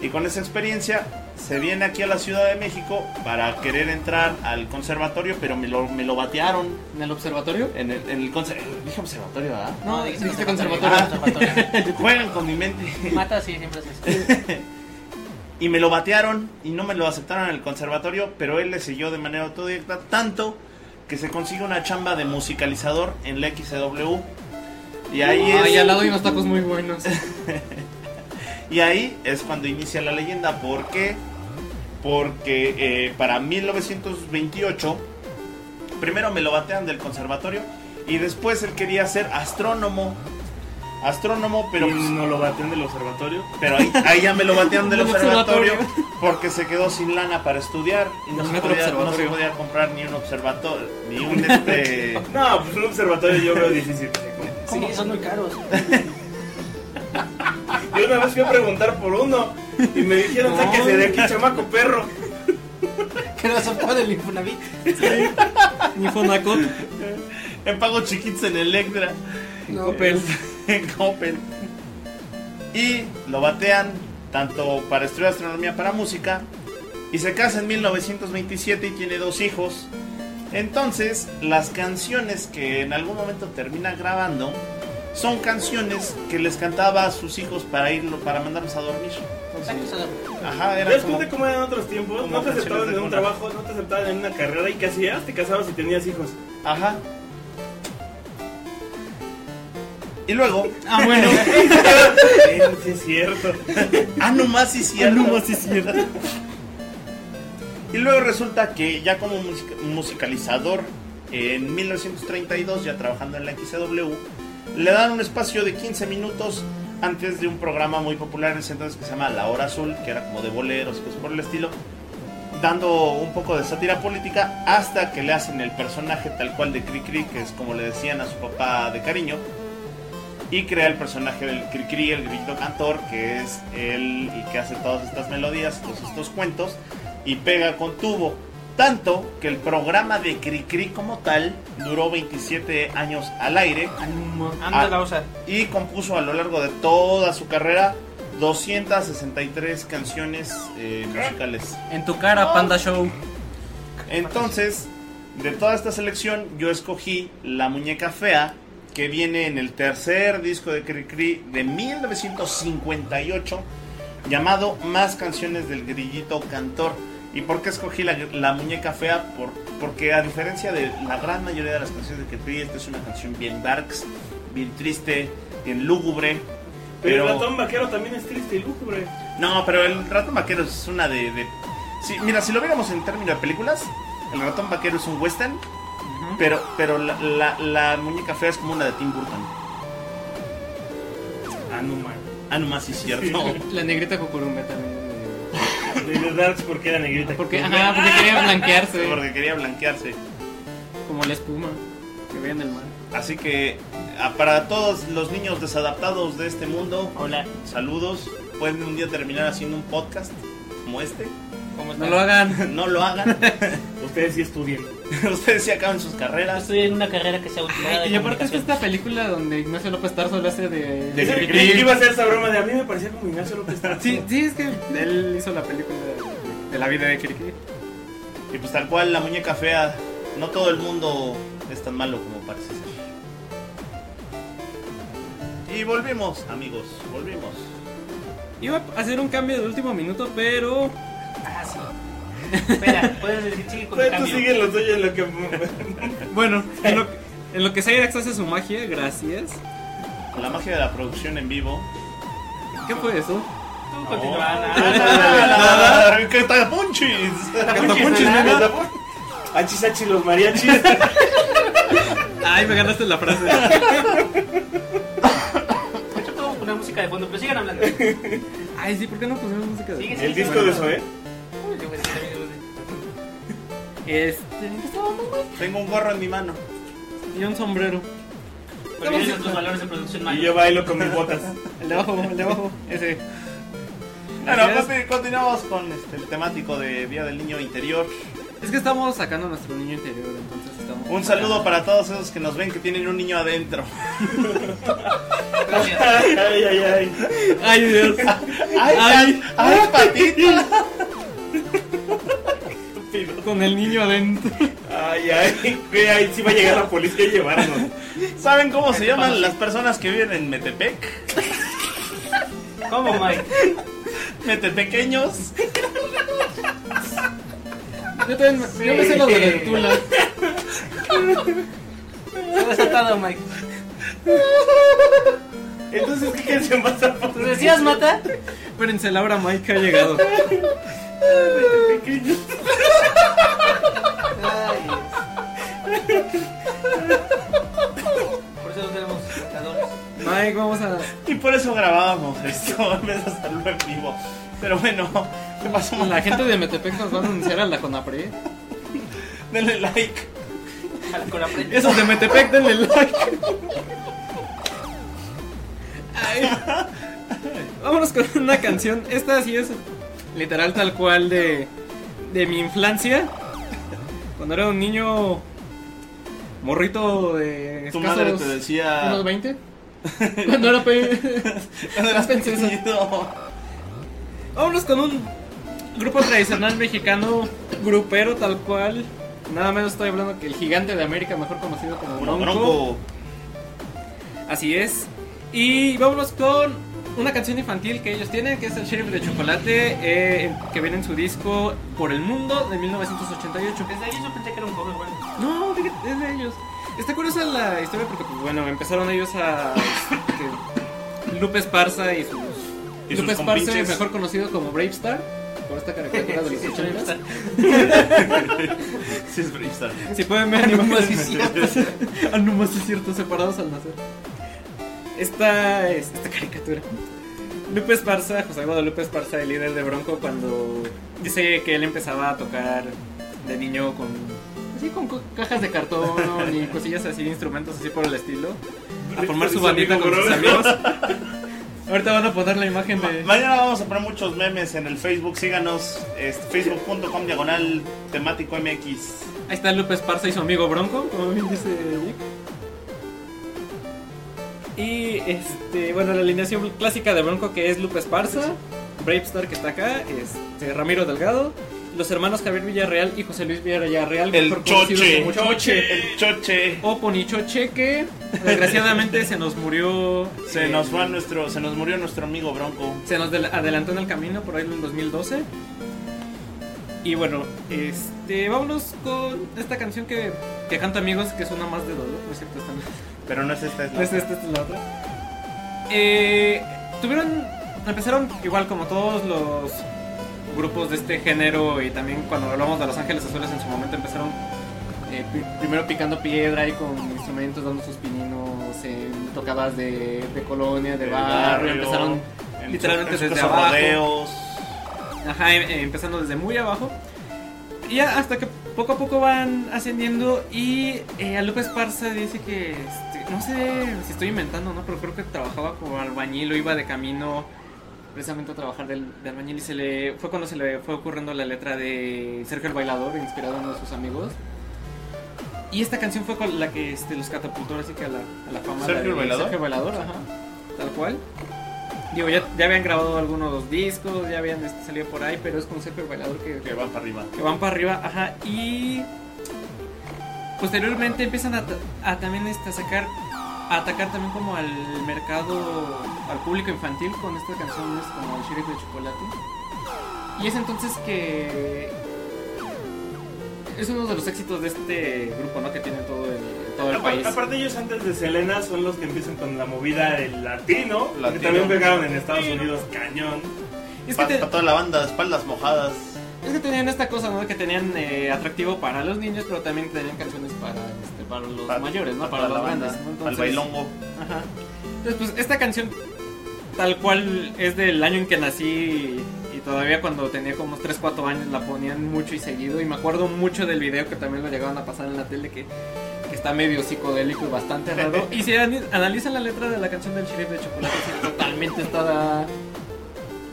B: Y con esa experiencia se viene aquí a la Ciudad de México para querer entrar al conservatorio, pero me lo, me lo batearon
C: ¿En el observatorio?
B: en el, en el conser- dije observatorio, ¿verdad?
C: No,
D: dijiste
C: dijiste
D: Ah,
C: conservatorio.
D: conservatorio.
B: Juegan con mi mente.
D: Mata, sí, siempre es así.
B: Y me lo batearon y no me lo aceptaron en el conservatorio, pero él le siguió de manera autodidacta tanto que se consigue una chamba de musicalizador en la XW. Y ahí,
C: Ay,
B: es,
C: al lado hay unos tacos muy buenos.
B: y ahí es cuando inicia la leyenda. ¿Por qué? Porque eh, para 1928, primero me lo batean del conservatorio y después él quería ser astrónomo. Astrónomo, pero...
E: Pero
B: pues,
E: no lo baten del observatorio.
B: Pero ahí, ahí ya me lo batearon del
C: Del
B: observatorio
C: observatorio.
B: porque se quedó sin lana para estudiar y no,
F: Ni
B: se
F: un otro
B: podía, no se
F: observatorio.
B: podía comprar ni un observatorio, ni un este...
E: No, pues un observatorio yo veo difícil. que se compre.
D: Sí, son muy caros.
E: Yo una vez fui a preguntar por uno y me dijeron,
C: No.
E: sáquese de aquí, chamaco perro.
D: Que lo aceptaba del Infonavit.
F: Ni Fonacot.
B: En pagos chiquitos en Electra.
F: No, pero.
B: en Coppel. Y lo batean tanto para estudiar astronomía para música. Y se casa en 1927 y tiene dos hijos. Entonces, las canciones que en algún momento termina grabando son canciones que les cantaba a sus hijos para irlo, para mandarlos a dormir.
C: Ok.
D: Tacos a la boca.
B: Ajá, era
E: ¿Ves
B: como-
E: de cómo eran otros tiempos?
B: como
E: No te
B: canciones
E: aceptaban
B: de
E: en un
B: cuna.
E: trabajo, no te aceptaban en una carrera. ¿Y qué hacías? Te casabas y tenías hijos.
B: Ajá. Y luego,
F: Ah, bueno.
E: Sí, sí es cierto.
B: ah, nomás y
F: Ya
B: cierto.
F: no más es cierto.
B: Y luego resulta que ya como musica- musicalizador, en 1932, ya trabajando en la XW, le dan un espacio de 15 minutos antes de un programa muy popular en ese entonces que se llama La Hora Azul, que era como de boleros y cosas por el estilo, dando un poco de sátira política hasta que le hacen el personaje tal cual de Cricri, que es como le decían a su papá de cariño, y crea el personaje del Cricri, el grito cantor, que es él el que hace todas estas melodías, todos estos cuentos, y pega con tubo. Tanto que el programa de Cricri como tal duró 27 años al aire Ah,
D: Anda la osa.
B: y compuso a lo largo de toda su carrera 263 canciones eh, musicales.
C: Ah,
F: En tu
C: Oh.
F: cara, Panda Show.
B: Entonces, de toda esta selección, yo escogí La Muñeca Fea, que viene en el tercer disco de Cricri de 1958, llamado Más canciones del grillito cantor. ¿Y por qué escogí La, La Muñeca Fea? Por- porque a diferencia de la gran mayoría de las canciones de Cricri, esta es una canción bien darks, bien triste, bien lúgubre.
E: Pero el ratón vaquero también es triste y lúgubre.
B: No, pero el ratón vaquero es una de. de- Sí, mira, si lo viéramos en términos de películas, el ratón vaquero es un western, pero, pero la, la- la muñeca fea es como una de Tim Burton.
E: Ah, no, man.
B: Ah, nomás, sí, es cierto.
C: La negrita cucurumba también.
E: De los Darks porque era negrita.
C: Porque, ajá, porque quería blanquearse.
B: Porque quería blanquearse.
C: Como la espuma que veía en el mar.
B: Así que, ah, para todos los niños desadaptados de este mundo,
D: Hola.
B: saludos. Pueden un día terminar haciendo un podcast como este.
D: ¿Cómo estás?
F: No lo hagan.
B: No lo hagan.
E: Ustedes sí estudian.
B: Ustedes sí acaban sus carreras.
D: Estoy en una carrera que sea útil.
C: Y aparte es esta película donde Ignacio López Tarso lo hace de...
B: De-
E: Creí que iba a hacer esa broma de a mí me parecía como Ignacio López Tarso.
C: Sí, sí, es que él hizo la película de, de la vida de Kirikiri.
B: Y pues, tal cual, la muñeca fea, no todo el mundo es tan malo como parece ser. Y volvimos, amigos, volvimos.
F: Iba a hacer un cambio de último minuto, pero.
D: Ah, sí. Espera, puedes decir, sigue con el
E: Pero Tú
D: cambio.
E: sigue lo tuyo en lo que.
F: Bueno, en lo, en lo que Cyrax hace su magia, gracias.
B: Con la magia de la producción en vivo.
F: ¿Qué fue eso?
D: Tú
B: Oh.
D: continúa. Ah,
B: ¡Catapunchis!
F: Catapunchis, nena.
E: Achis, achis, los mariachis.
F: Ay, me ganaste la frase.
D: De hecho, podemos poner música de fondo, pero sigan hablando.
F: Ay, sí, ¿por qué no pusieron música de.?
D: Sigue, sigue,
E: El disco de
D: sigue.
E: Zoé.
D: Uy, yo voy a decir también de-
F: Este.
B: Tengo un gorro en mi mano.
F: Y un sombrero.
D: Olvídense de tus valores de producción
E: Y
D: malos.
E: yo bailo con mis botas.
F: El de abajo, el de abajo. Ese.
B: Bueno,
F: Gracias.
B: pues, continuamos con este, el temático de Día del Niño Interior.
F: Es que estamos sacando a nuestro niño interior, entonces estamos.
B: Un saludo para todos esos que nos ven que tienen un niño adentro.
D: Gracias.
E: Ay, ay, ay.
F: Ay, Dios.
B: ¡Ay,
F: Ay.
B: pat- ay patita!
E: Estúpido.
F: Con el niño adentro.
E: Ay, ay. Güey, ahí sí va a llegar la policía a llevarnos.
B: ¿Saben cómo se llaman las personas que viven en Metepec?
D: ¿Cómo, Mike?
B: Metepequeños.
C: Yo también me- yo me sé los de Lentula.
D: Todo desatado, Mike.
E: Entonces, ¿qué canción vas a
D: ¿Tú
E: poner?
D: decías mata?
F: Espérense, la hora Mike ha llegado.
E: Pequeño.
D: Ay, Por eso no tenemos marcadores.
F: Mike, vamos a.
B: Y por eso grabábamos esto en vez de hacerlo en vivo. Pero bueno, ¿qué pasó?
C: La gente de Metepec nos va a anunciar a la Conapre.
B: Denle like.
D: A la cola frente.
F: Esos de Metepec, denle like. Ay. Vámonos con una canción. Esta sí es literal tal cual de, de mi infancia. Cuando era un niño morrito de
B: Tu
F: escasos
B: madre te decía.
C: ¿Unos 20? Cuando era pe...
B: "Cuando eras
C: princesa".
B: pequeñito".
F: Vámonos con un grupo tradicional mexicano, grupero tal cual. Nada menos estoy hablando que el gigante de América, mejor conocido como
B: Bueno,
F: Bronco.
B: bronco.
F: Así es. Y vámonos con
C: una canción infantil que ellos tienen, que es el Sheriff de Chocolate, eh, que viene en su disco Por el Mundo de 1988.
D: Desde ahí yo pensé que era un cover, bueno.
C: No, fíjate, es de ellos. Está curiosa la historia porque, pues, bueno, empezaron ellos a. este, Lupe Esparza y sus.
B: Y sus
C: Lupe Esparza,
B: compinches.
C: mejor conocido como Brave Star, por esta caricatura de los ochentas.
B: Sí, es Bravestar.
C: Si pueden ver animales y ciertos, animales y ciertos separados al nacer. Esta, es- esta caricatura. Lupe Esparza, José Guadalupe Esparza, el líder de Bronco, cuando dice que él empezaba a tocar de niño con, así, con co- cajas de cartón y cosillas así, instrumentos así por el estilo, a formar su bandita con sus amigos. Ahorita van a poner la imagen
B: Ma-
C: de...
B: Mañana vamos a poner muchos memes en el Facebook. Síganos, este, es facebook.com diagonal temático MX.
C: Ahí está Lupe Esparza y su amigo Bronco, como bien dice Nick. Y este, bueno, la alineación clásica de Bronco que es Lupe Esparza, Brave Star que está acá, este, Ramiro Delgado, los hermanos Javier Villarreal y José Luis Villarreal,
B: El
C: mejor conocidos
B: Choche.
C: como Choche.
B: El choche.
C: O Ponichoche que desgraciadamente se nos murió.
B: Se
C: eh,
B: nos fue a nuestro, se nos murió nuestro amigo Bronco.
C: se nos del- adelantó en el camino por ahí en el 2012. Y bueno, este, vámonos con esta canción que, que canta amigos, que suena más de dolor, por cierto, esta no
B: Pero no es esta, es
C: no
B: la
C: es este esta, esta es la otra. Eh, tuvieron, empezaron igual como todos los grupos de este género y también cuando hablamos de Los Ángeles Azules en su momento empezaron eh, pi- primero picando piedra y con instrumentos dando sus pininos en tocadas de, de colonia, de
B: del
C: barrio,
B: barrio,
C: empezaron
B: en su-
C: literalmente
B: en su
C: desde
B: caso,
C: abajo.
B: rodeos.
C: Ajá, em- em- empezando desde muy abajo. Y ya hasta que poco a poco van ascendiendo. Y eh, a López Parza dice que. este, no sé si estoy inventando, ¿no? Pero creo que trabajaba como albañil o iba de camino precisamente a trabajar del, de albañil. Y se le, fue cuando se le fue ocurriendo la letra de Sergio el Bailador, inspirado en uno de sus amigos. Y esta canción fue con la que este, los catapultó así que a la, a la fama.
B: ¿Sergio
C: la de
B: el Bailador?
C: Sergio el Bailador, ajá. Tal cual. Digo, ya, ya habían grabado algunos discos, ya habían este, salido por ahí, pero es con Sergio el Bailador que,
B: Que van para arriba.
C: que van para arriba, ajá, y posteriormente empiezan a, ta- a también este, a sacar, a atacar también como al mercado, al público infantil con estas canciones como el sheriff de chocolate. Y es entonces que es uno de los éxitos de este grupo, ¿no? Que tiene todo el, todo el país.
E: Aparte, aparte ellos antes de Selena son los que empiezan con la movida del latino, que
B: Latino.
E: también pegaron en Estados Unidos cañón.
C: Es que
B: Para
C: te-
B: toda la banda, espaldas mojadas.
C: Es que tenían esta cosa, ¿no? Que tenían eh, atractivo para los niños, pero también tenían canciones para, este, para los
B: Pa-
C: mayores, ¿no?
B: toda
C: Para, los
B: la banda,
C: grandes. ¿no?
B: Al
C: Entonces-
B: bailongo.
C: Ajá. Entonces, pues esta canción, tal cual es del año en que nací y, y todavía cuando tenía como 3, 4 años la ponían mucho y seguido. Y me acuerdo mucho del video que también lo llegaban a pasar en la tele que, que está medio psicodélico y bastante raro. y si ani- analizan la letra de la canción del sheriff de chocolate, sí, totalmente está...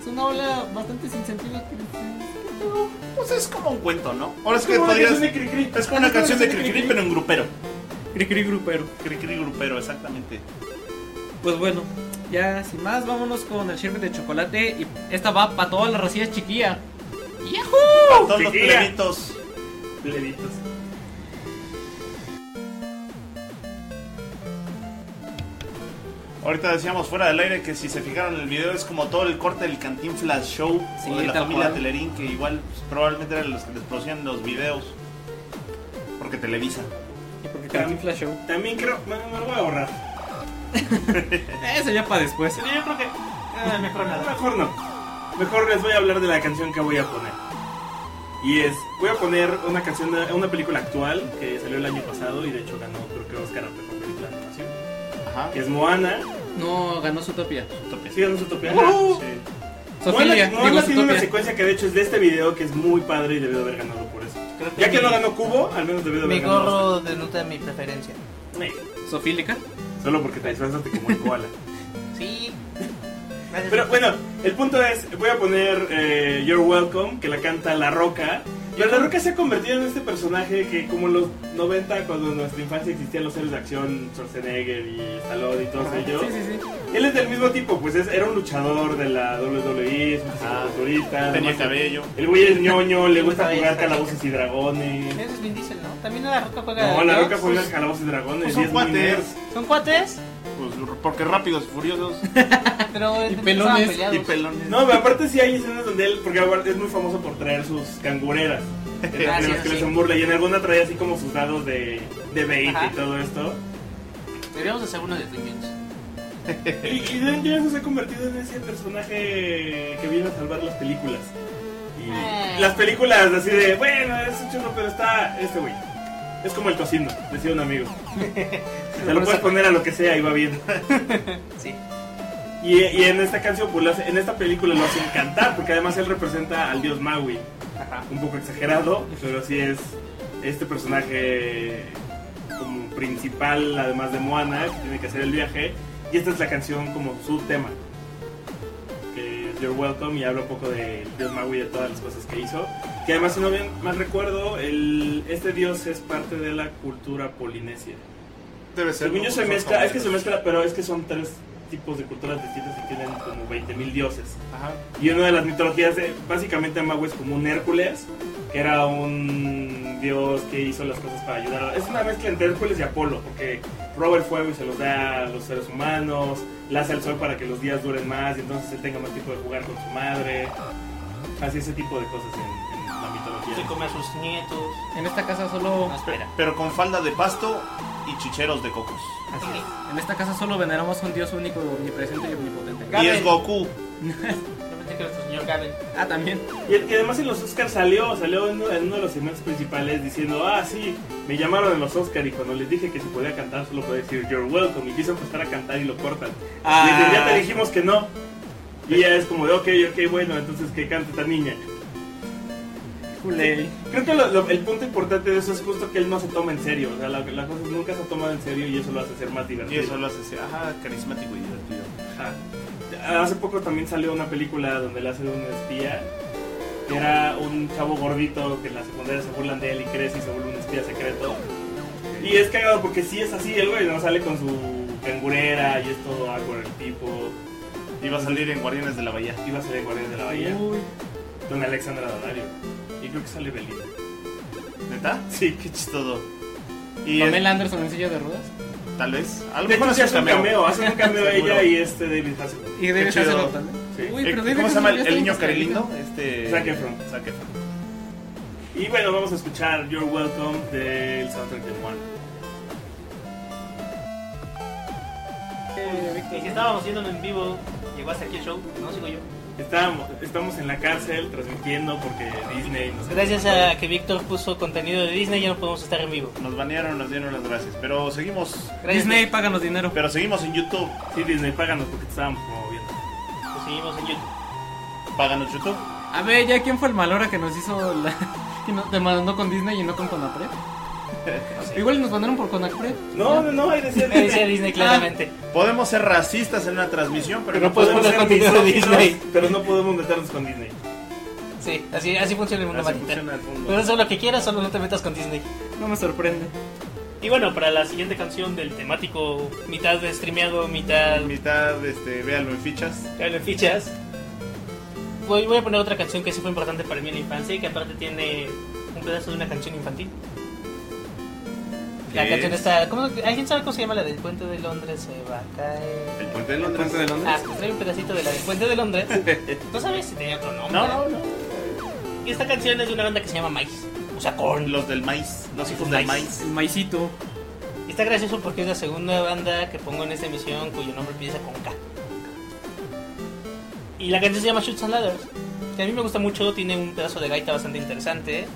C: Es una ola bastante sin sentido. que dices,
B: Pues es como un cuento, ¿no? Ahora es que
E: Como
B: podrías.
E: canción de Cricri.
B: Es como una canción de Cricri, pero en grupero.
C: Cricri grupero.
B: Cricri grupero, exactamente.
C: Pues bueno, ya sin más, vámonos con el sherbet de chocolate. Y esta va para todas las racillas chiquilla.
B: Para todos los
E: Chiquilla.
B: plebitos.
E: Plebitos.
B: Ahorita decíamos fuera del aire que si se fijaron en el video es como todo el corte del Cantín Flash Show
C: Sí,
B: o de la
C: tal
B: familia
C: cual.
B: Telerín que igual pues, probablemente eran los que les producían los videos porque Televisa.
C: Y porque Cantinflas Show.
E: También creo, me, me lo voy a borrar.
C: Eso ya para después.
D: Pero yo creo que. Ah, mejor nada.
E: Mejor no. Mejor les voy a hablar de la canción que voy a poner. Y es, voy a poner una canción de una película actual que salió el año pasado y de hecho ganó creo que Oscar a mejor película de animación.
B: Ajá.
E: Que es Moana.
C: No, ganó Zootopia.
E: Sí, ganó Zootopia.
B: Sí.
E: Moana,
C: Sofía,
E: Moana
C: digo
E: tiene una
C: Zootopia.
E: secuencia que de hecho es de este video que es muy padre y debió haber ganado por eso.
D: Creo
E: Ya que
D: mi-
E: no ganó Cubo, al menos debió
D: Mi
E: haber ganado.
D: gorro denota mi preferencia.
E: Sí.
C: Sofílica.
E: Solo porque te disfrazaste como el koala.
D: Sí. Gracias.
E: Pero bueno, el punto es, voy a poner eh, You're Welcome, que la canta La Roca. Pero La Roca se ha convertido en este personaje que como en los 90, cuando en nuestra infancia existían los héroes de acción, Schwarzenegger y Stallone y todos ellos.
C: Sí, sí, sí.
E: Él es del mismo tipo, pues es- era un luchador de la WWE, es un
B: Ah,
E: culturista.
B: Tenía
E: además,
B: cabello.
E: El güey es ñoño, le gusta
D: Cabello,
E: jugar
D: cabello.
E: calabozos y dragones.
D: Ese es Vin Diesel, ¿no? También la roca juega.
E: No, La
D: ¿no?
E: Roca juega calabozos y dragones
B: Pues
E: y
B: son
E: es muy
B: cuates.
E: nerd.
D: ¿Son cuates?
B: Pues, porque rápidos y furiosos
D: Pero
F: Y
D: estaban
F: pelones.
D: peleados.
B: y pelones.
E: No, pero aparte sí hay escenas donde él, porque aparte es muy famoso por traer sus cangureras. En
D: Ah,
E: las
D: sí,
E: películas que
D: sí.
E: le hacen burla y en alguna trae así como sus dados de, de bait
D: Ajá.
E: y todo esto.
D: Deberíamos hacer uno de Twin Peaks.
E: Y, y Dan Jones se ha convertido en ese personaje que viene a salvar las películas. Y
D: Ah.
E: las películas así de, bueno, es un chulo, pero está este güey. Es como el tocino, decía un amigo. Se lo puedes poner a lo que sea y va bien.
D: Sí.
E: Y, y en esta canción, pues, lo hace- en esta película lo hace encantar, porque además él representa al dios Maui. Un poco exagerado, pero sí es este personaje como principal, además de Moana, que tiene que hacer el viaje. Y esta es la canción como su tema, que es You're Welcome, y habla un poco del dios Maui y de todas las cosas que hizo. Que además, si no bien mal recuerdo, el, este dios es parte de la cultura polinesia.
B: Debe ser.
E: Según yo
B: ¿no? Pues,
E: se
B: Son
E: mezcla, es que se
B: favoritos.
E: mezcla, pero es que son tres tipos de culturas distintas y tienen como 20.000 dioses.
B: Ajá.
E: Y una de las mitologías, de, básicamente Mago es como un Hércules, que era un dios que hizo las cosas para ayudar. a- Es una mezcla entre Hércules y Apolo, porque roba el fuego y se los da a los seres humanos, lanza el sol para que los días duren más y entonces él tenga más tiempo de jugar con su madre. Así ese tipo de cosas en, en la
D: Se
E: mitología.
D: come a sus nietos.
C: En esta casa solo.
D: No, espera.
B: Pero con falda de pasto y chicheros de cocos.
E: Así es.
F: En esta casa solo veneramos a un dios único, omnipresente y omnipotente.
B: Y
D: Gaben.
B: es Goku.
D: Yo pensé que era nuestro señor Gaben.
F: Ah, también.
E: Y, y además en los Oscars salió, salió en uno, en uno de los segmentos principales diciendo, ah, sí, me llamaron en los Oscars y cuando les dije que se podía cantar solo podía decir, you're welcome, y quiso empezar a cantar y lo cortan. Y dicen,
B: Ah.
E: ya te dijimos que no. Y ya es como de, ok, ok, bueno, entonces que cante esta niña.
F: Culey.
E: Creo que lo- lo- el punto importante de eso es justo que él no se toma en serio, o sea, la, la cosa es nunca se toma en serio y eso lo hace ser más
B: Y
E: divertido.
B: eso lo hace ser, ajá, carismático y divertido.
E: Ajá. Hace poco también salió una película donde le hace de un espía. Que era un chavo gordito que en la secundaria se burlan de él y crece y se vuelve un espía secreto. Y es cagado porque sí es así, el güey no sale con su cangurera y es todo awkward el tipo.
B: Iba a salir en Guardianes de la Bahía.
E: Iba a salir Guardián de
B: Oh,
E: la Bahía.
C: Uh.
E: Don Alexandra Donario. Y creo que sale Belinda.
B: ¿Neta?
E: Sí,
B: Qué chistoso. Y es-
C: Pamela Anderson en silla de ruedas.
B: tal vez. A lo
E: De
B: mejor
E: hecho, sí
B: hace un
E: hace un
B: cameo.
E: cameo. Hace un cameo ella
B: Seguro.
E: y este David Hasselhoff.
F: Y debe
B: chido.
F: ser también.
E: Sí.
F: Uy, pero
B: Eh,
F: David
B: ¿Cómo se llama
F: Hasselhoff ya
B: el, el
F: está
B: niño
F: cascarita.
B: carilindo? Este...
E: Zac Efron.
B: Zac Efron.
E: Y bueno, vamos a escuchar You're Welcome del soundtrack de Moana.
D: Y si estábamos yendo en vivo, llegó hasta aquí el show. No, sigo yo.
E: Estábamos, estamos en la cárcel transmitiendo porque Disney nos
D: Gracias a que Víctor puso contenido de Disney, ya no podemos estar en vivo.
B: Nos banearon, nos dieron las gracias. Pero seguimos.
D: Gracias.
F: Disney, páganos dinero.
B: Pero seguimos en YouTube.
E: Sí, Disney, páganos porque te estábamos promoviendo.
D: Nos Pues seguimos en YouTube.
B: Páganos YouTube.
F: A ver, ¿ya quién fue el malora que nos hizo la... que no- te mandó con Disney y no con Conapred? Igual nos mandaron por Conapred.
E: No, no, no, ahí decía
D: Me
E: Disney.
D: decía Disney claramente.
B: Podemos ser racistas en una transmisión, pero,
D: Pero
B: no
D: pues-
B: podemos.
E: Podemos ser
D: contenido de
E: misóginos,
D: Disney.
E: Pero no podemos meternos con Disney.
D: Sí, así, así funciona el mundo,
B: Así
D: Matita.
B: funciona el mundo.
D: Puedes hacer lo que quieras, solo no te metas con Disney.
F: No me sorprende.
D: Y bueno, para la siguiente canción del temático, mitad de streameado, mitad
B: mitad, este, véanlo en fichas.
D: en fichas, voy, voy a poner otra canción que sí fue importante para mí en la infancia y que aparte tiene un pedazo de una canción infantil. La
B: ¿Qué
D: canción
B: es?
D: está. ¿cómo- ¿Alguien sabe cómo se llama la del puente de Londres? Se va a caer.
B: El puente de Londres.
D: Ah, pues trae un pedacito de la del puente de Londres. No sabes si tenía otro nombre.
B: No, no, no.
D: Y esta canción es de una banda que se llama Mice. O sea,
B: Con
D: Korn.
B: los del maíz. Los hijos del
D: Maíz.
B: maíz.
F: El maicito.
D: Y está gracioso porque es la segunda banda que pongo en esta emisión cuyo nombre empieza con K. Y la canción se llama Shoots and Ladders. Que a mí me gusta mucho, tiene un pedazo de gaita bastante interesante.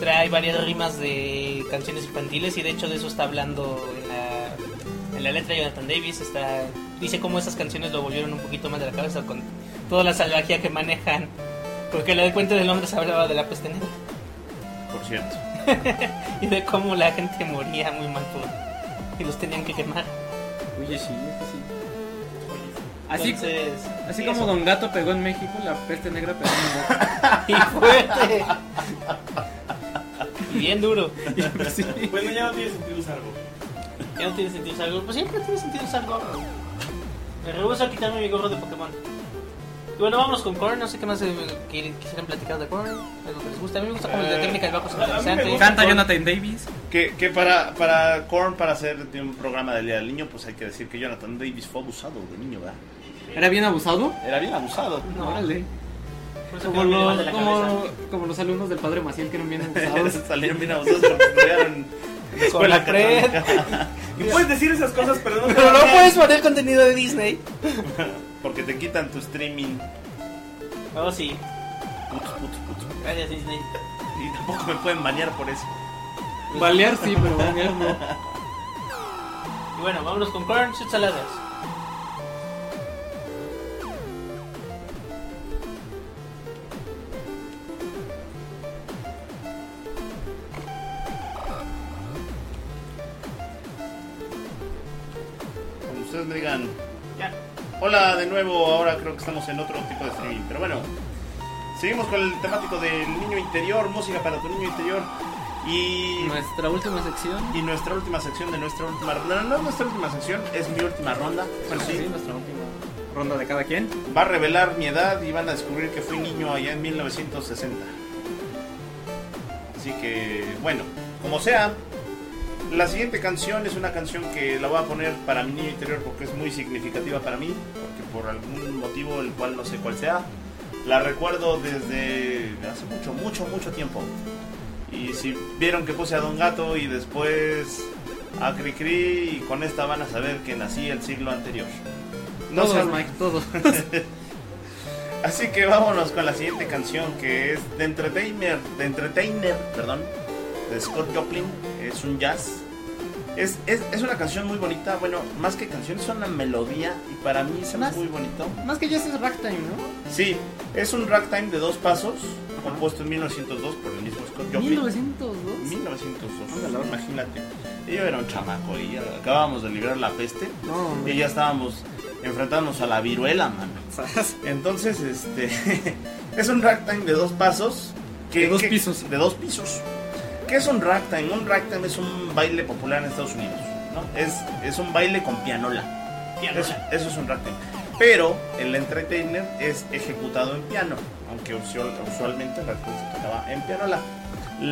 D: Trae varias rimas de canciones infantiles y de hecho de eso está hablando en la, en la letra Jonathan Davis. Está, dice cómo esas canciones lo volvieron un poquito más de la cabeza con toda la salvajía que manejan. Porque la de Puente de Londres hablaba de la peste negra
B: Por cierto.
D: y de cómo la gente moría muy mal por... y los tenían que quemar.
F: Oye, sí, es que sí. Así-
D: Entonces,
F: Así
D: eso.
F: como Don Gato pegó en México, la peste negra pegó en México.
D: Y fuerte. Y bien duro.
E: Bueno, ya no tiene sentido usar algo.
D: Ya no tiene sentido usar gorro. Pues siempre tiene sentido usar gorro. Me rehúso a quitarme mi gorro de Pokémon. Y bueno, vámonos con Korn. No sé qué más eh, que- quisieran platicar de Korn. Algo que les gusta. A mí me gusta como la
B: Eh,
D: técnica del bajo es
B: a- a mí me
D: interesante.
B: gusta.
C: Canta Jonathan Davis.
B: Que, que para, para Korn, para hacer de un programa del Día del Niño, pues hay que decir que Jonathan Davis fue abusado de niño, ¿verdad?
C: ¿Era bien abusado?
B: Era bien abusado.
D: No.
C: Órale.
D: Por eso
C: Como
D: creo que le va
C: los,
D: de la
C: como,
D: cabeza.
C: como los alumnos del padre Maciel que eran bien abusados.
B: Salieron bien abusados, pero estudiaron en la
D: Con la
B: escuela
D: Fred.
B: católica.
E: Y puedes decir esas cosas, pero no te
D: Pero no
E: van a-
D: puedes poner contenido de Disney.
B: Porque te quitan tu streaming.
D: Oh, sí.
B: Putz, putz, putz.
D: Gracias, Disney.
B: Y tampoco me pueden banear por eso.
C: Balear sí, pero balear no.
D: Y bueno, vámonos con Korn, Sus Saladas.
B: Cuando ustedes me digan,
D: Ya.
B: hola de nuevo, ahora creo que estamos en otro tipo de streaming. Pero bueno, seguimos con el temático del niño interior, música para tu niño interior. Y
C: Nuestra última sección.
B: Y nuestra última sección de nuestra última ronda. No, no nuestra última sección, es mi última ronda. Bueno, sí.
C: nuestra última ronda de cada quien.
B: Va a revelar mi edad y van a descubrir que fui niño allá en 1960. Así que, bueno, como sea, la siguiente canción es una canción que la voy a poner para mi niño interior porque es muy significativa para mí, porque por algún motivo, el cual no sé cuál sea, la recuerdo desde hace mucho, mucho, mucho tiempo. Y si vieron que puse a Don Gato y después a Cricri, y con esta van a saber que nací el siglo anterior. No
C: Todos,
B: sean-
C: Mike, todos.
B: Así que vámonos con la siguiente canción que es The Entertainer, The Entertainer, perdón, de Scott Joplin. Es un jazz. Es, es- es una canción muy bonita, bueno, más que canción, es una melodía y para mí se me hace
C: Más-
B: muy bonito.
C: Más que ya es ragtime, ¿no?
B: Sí, es un ragtime de dos pasos, compuesto en 1902 por el mismo Scott Joplin.
C: 1902.
B: 1902,
C: Ándale, ahora.
B: imagínate. Yo era un chamaco y ya acabábamos de librar la peste
C: No,
B: y
C: hombre.
B: ya estábamos enfrentándonos a la viruela, mano. Entonces, este es un ragtime de dos pasos. Que,
C: De dos
B: que-
C: pisos.
B: De dos pisos. ¿Qué es un ragtime? Un ragtime es un baile popular en Estados Unidos. ¿no? Es, es un baile con pianola. Eso, eso es un ragtime. Pero el entertainer es ejecutado en piano, aunque usual- usualmente el ragtime se tocaba en pianola.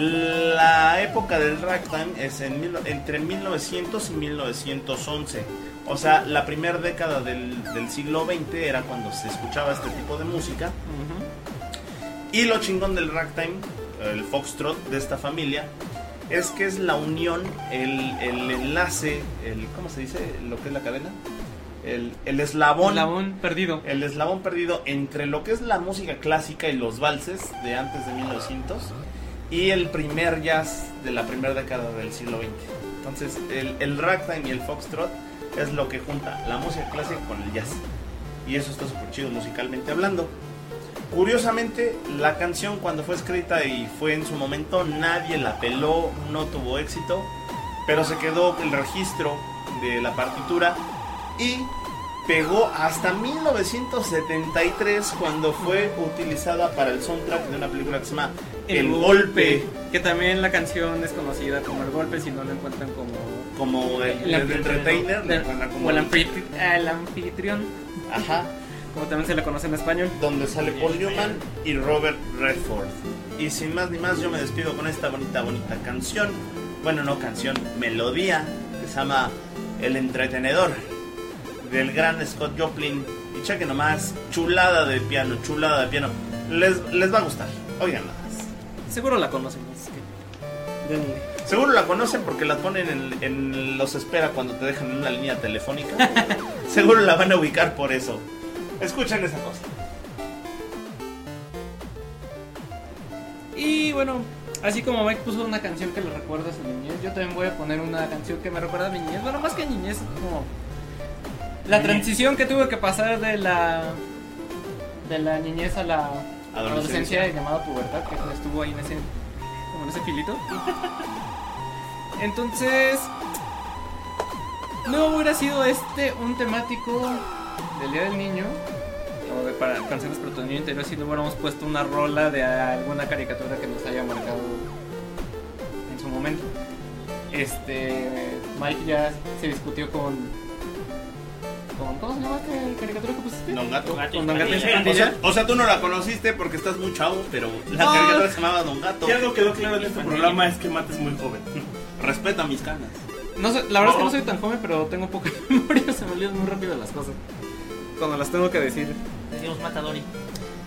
B: La época del ragtime es en mil- entre 1900 y 1911. O sea, la primera década del, del siglo XX era cuando se escuchaba este tipo de música. Y lo chingón del ragtime, el foxtrot de esta familia, es que es la unión, el, el enlace, el, ¿cómo se dice? Lo que es la cadena. El, el eslabón.
C: Labón perdido.
B: El eslabón perdido entre lo que es la música clásica y los valses de antes de 1900 y el primer jazz de la primera década del siglo XX. Entonces, el, el ragtime y el foxtrot es lo que junta la música clásica con el jazz. Y eso está súper chido musicalmente hablando. Curiosamente, la canción cuando fue escrita y fue en su momento, nadie la peló, no tuvo éxito, pero se quedó el registro de la partitura y pegó hasta 1973 cuando fue utilizada para el soundtrack de una película que se llama El, Golpe,
C: Que también la canción es conocida como El Golpe si no la encuentran como
B: como el,
C: El
B: el entertainer, le encuentran como-
C: o el, anfitri- el anfitrión,
B: ajá,
C: como también se le conoce en español.
B: donde sale Paul Newman y Robert Redford. Y sin más ni más, yo me despido con esta bonita, bonita canción. Bueno, no canción, melodía, que se llama El Entretenedor, del gran Scott Joplin. Y cheque nomás, chulada de piano, chulada de piano. Les, les va a gustar, oiganla.
C: Seguro la conocen, así que denle.
B: Seguro la conocen porque la ponen en, en los espera cuando te dejan en una línea telefónica. Seguro la van a ubicar por eso. Escuchen esa cosa.
C: Y bueno, así como Mike puso una canción que le recuerda a su niñez, yo también voy a poner una canción que me recuerda a mi niñez. Bueno, más que niñez, es como la transición que tuve que pasar de la de la niñez a la
B: Adolescencia.
C: adolescencia llamada pubertad, que estuvo ahí en ese como en ese filito. Entonces, no hubiera sido este un temático del Día del Niño o de para canciones para tu niño interior si no hubiéramos puesto una rola de alguna caricatura que nos haya marcado en su momento. Este, Mike ya se discutió con
G: con. ¿Cómo se llama esta caricatura que pusiste?
B: Don Gato.
G: Con Don Gato y su
B: O
G: pandilla.
B: sea, o sea, tú no la conociste porque estás muy chavo, pero la
E: No.
B: caricatura se llamaba Don Gato.
E: Si algo quedó claro en este programa es que Mate es muy joven.
B: Respeta mis canas.
G: No sé, la verdad es que no soy tan joven, pero tengo poca memoria, se me olvidan muy rápido las cosas.
C: Cuando las tengo que decir.
D: Decimos Matadori.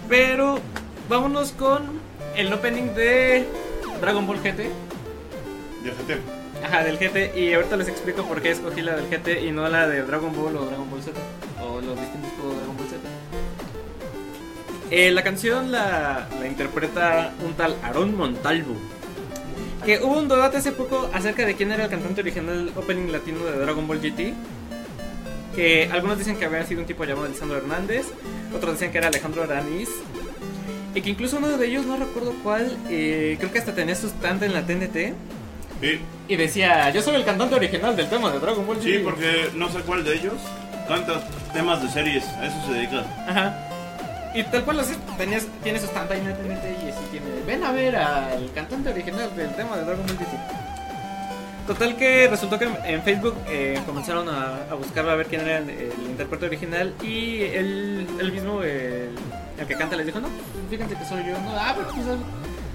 C: Pero vámonos con el opening de Dragon Ball GT.
B: Yo sé,
C: Ajá, del GT. Y ahorita les explico por qué escogí la del GT y no la de Dragon Ball o Dragon Ball Z. O los distintos juegos de Dragon Ball Z. Eh, la canción la, la interpreta un tal Aaron Montalvo. Que hubo un debate hace poco acerca de quién era el cantante original opening latino de Dragon Ball GT. Que algunos dicen que había sido un tipo llamado Alessandro Hernández, otros decían que era Alejandro Araniz. Y que incluso uno de ellos, no recuerdo cuál, eh, creo que hasta tenía su stand en la TNT.
B: Sí,
G: Y decía, yo soy el cantante original del tema de Dragon Ball
B: sí,
G: GT".
B: porque no sé cuál de ellos canta temas de series, a eso se dedica.
C: Ajá.
G: Y tal cual, así, tenías, tiene su stand ahí en la TNT y así tiene. Ven a ver al cantante original del tema de Dragon Ball GT.
C: Total que resultó que en Facebook eh, comenzaron a, a buscar a ver quién era el, el intérprete original y él, él mismo, el, el que canta, les dijo, no,
G: Fíjense que soy yo. No, ah, pero pues,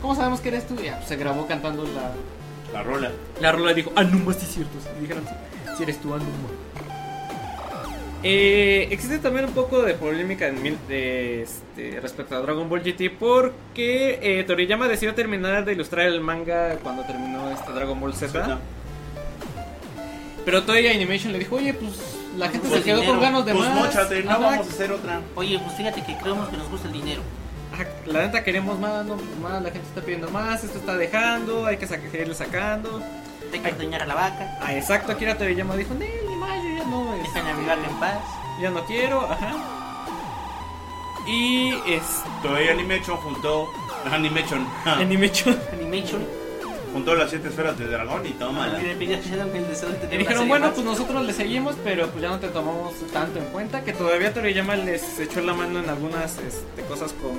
G: ¿cómo sabemos que eres tú? Y ah, pues, se grabó cantando la.
B: La rola.
C: La rola dijo, ah, no, sí es cierto. Y dijeron, si eres tú, Anuma. Eh, existe también un poco de polémica en mil- de, este, respecto a Dragon Ball GT porque eh, Toriyama decidió terminar de ilustrar el manga cuando terminó este Dragon Ball Z.
B: Zeta.
G: Pero Toei Animation le dijo, oye, pues la gente
D: Pues
G: se quedó
D: dinero.
G: con ganas de
B: Pues
G: más.
B: mochate, no
G: Ajá,
B: vamos a hacer otra.
D: Oye, pues fíjate que creemos que nos gusta el dinero.
C: Ajá, La neta queremos más, no, pues más, la gente está pidiendo más, esto está dejando, hay que sa- seguirle sacando.
D: Hay que ordeñar a la vaca.
C: Ah, exacto, Akira Toriyama dijo, "Ni, ni más, yo ya no.
D: Deja
C: este,
D: navegarla en paz.
C: ya no quiero, ajá. Y es
B: Todavía Animation juntó. Animation. ja,
C: Animation.
D: Animation.
B: juntó las siete esferas del dragón y toma.
D: Y le pedí a Shadow que el deseo de tener
C: Y
D: una
C: dijeron,
D: serie
C: bueno,
D: más".
C: pues nosotros le seguimos, pero pues ya no te tomamos tanto en cuenta. Que todavía Toriyama les echó la mano en algunas este, cosas como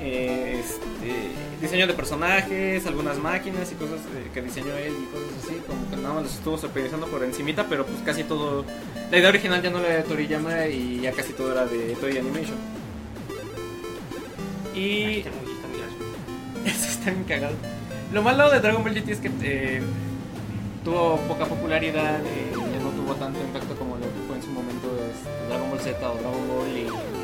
C: eh, este, diseño de personajes, algunas máquinas y cosas eh, que diseñó él y cosas así. Como que nada más los estuvo supervisando por encimita, pero pues casi todo... La idea original ya no era de Toriyama y ya casi todo era de Toy Animation.
D: Ay,
C: Y
D: está muy- está muy gracioso.
C: eso está bien cagado. Lo malo de Dragon Ball GT es que eh, tuvo poca popularidad, eh, ya no tuvo tanto impacto como lo que fue en su momento este, Dragon Ball Z o Dragon Ball y...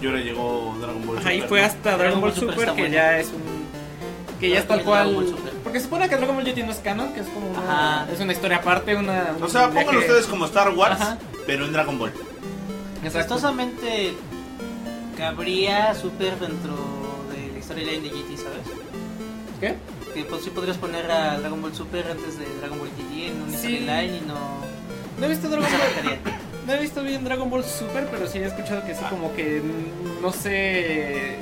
B: Y ahora llegó Dragon Ball.
C: Ahí
B: Super,
C: fue
B: ¿no?
C: hasta Dragon Ball Super,
D: está
C: que
D: bueno.
C: ya es un... Que ya es tal
D: Dragon
C: cual...
D: Ball Super.
C: Porque se supone que Dragon Ball GT no es canon, que es como una...
D: Ajá.
C: Es una historia aparte, una...
B: O sea,
C: un viaje-
B: pónganlo ustedes como Star Wars,
C: Ajá.
B: pero en Dragon Ball.
C: Exacto.
D: Gastosamente cabría súper dentro de la storyline de GT, ¿sabes?
C: ¿Qué?
D: Que pues sí podrías poner a Dragon Ball Super antes de Dragon Ball GT en un
C: Sí.
D: storyline y no...
C: No he visto
D: No
C: Dragon
D: se
C: Ball...
D: arrancaría.
C: No he visto bien Dragon Ball Super, pero sí he escuchado que sí, como que... mm, No sé...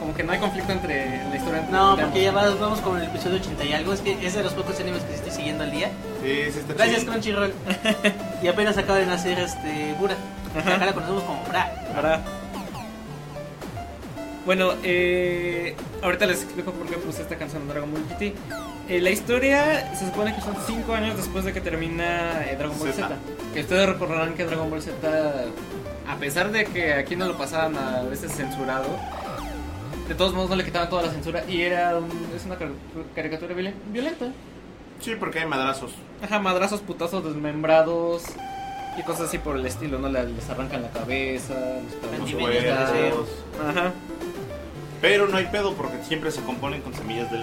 C: Como que no hay conflicto entre la historia... entre-
D: No,
C: entre
D: porque ya
C: ambos.
D: vas- vamos con el episodio 80 y algo. Es que es de los pocos animes que estoy siguiendo al día.
B: Sí, sí, está
D: Gracias,
B: chido.
D: Crunchyroll. y apenas acaba de nacer este Bura. Acá la conocemos como Bra.
C: Ahora. Bueno, eh, ahorita les explico por qué puse esta canción de Dragon Ball GT. Eh, la historia se supone que son 5 años después de que termina eh, Dragon Ball Z.
B: Zeta.
C: Que ustedes recordarán que Dragon Ball Z, a pesar de que aquí no lo pasaban a veces censurado, de todos modos no le quitaban toda la censura y era un- es una car- caricatura violen- violenta.
B: Sí, porque hay madrazos.
C: Ajá, madrazos, putazos, desmembrados y cosas así por el estilo, ¿no? Les les arrancan la cabeza, les
B: Los
C: arrancan
D: Antibióticos,
C: la
B: huevos.
C: Ajá.
B: Pero no hay pedo porque siempre se componen con semillas del.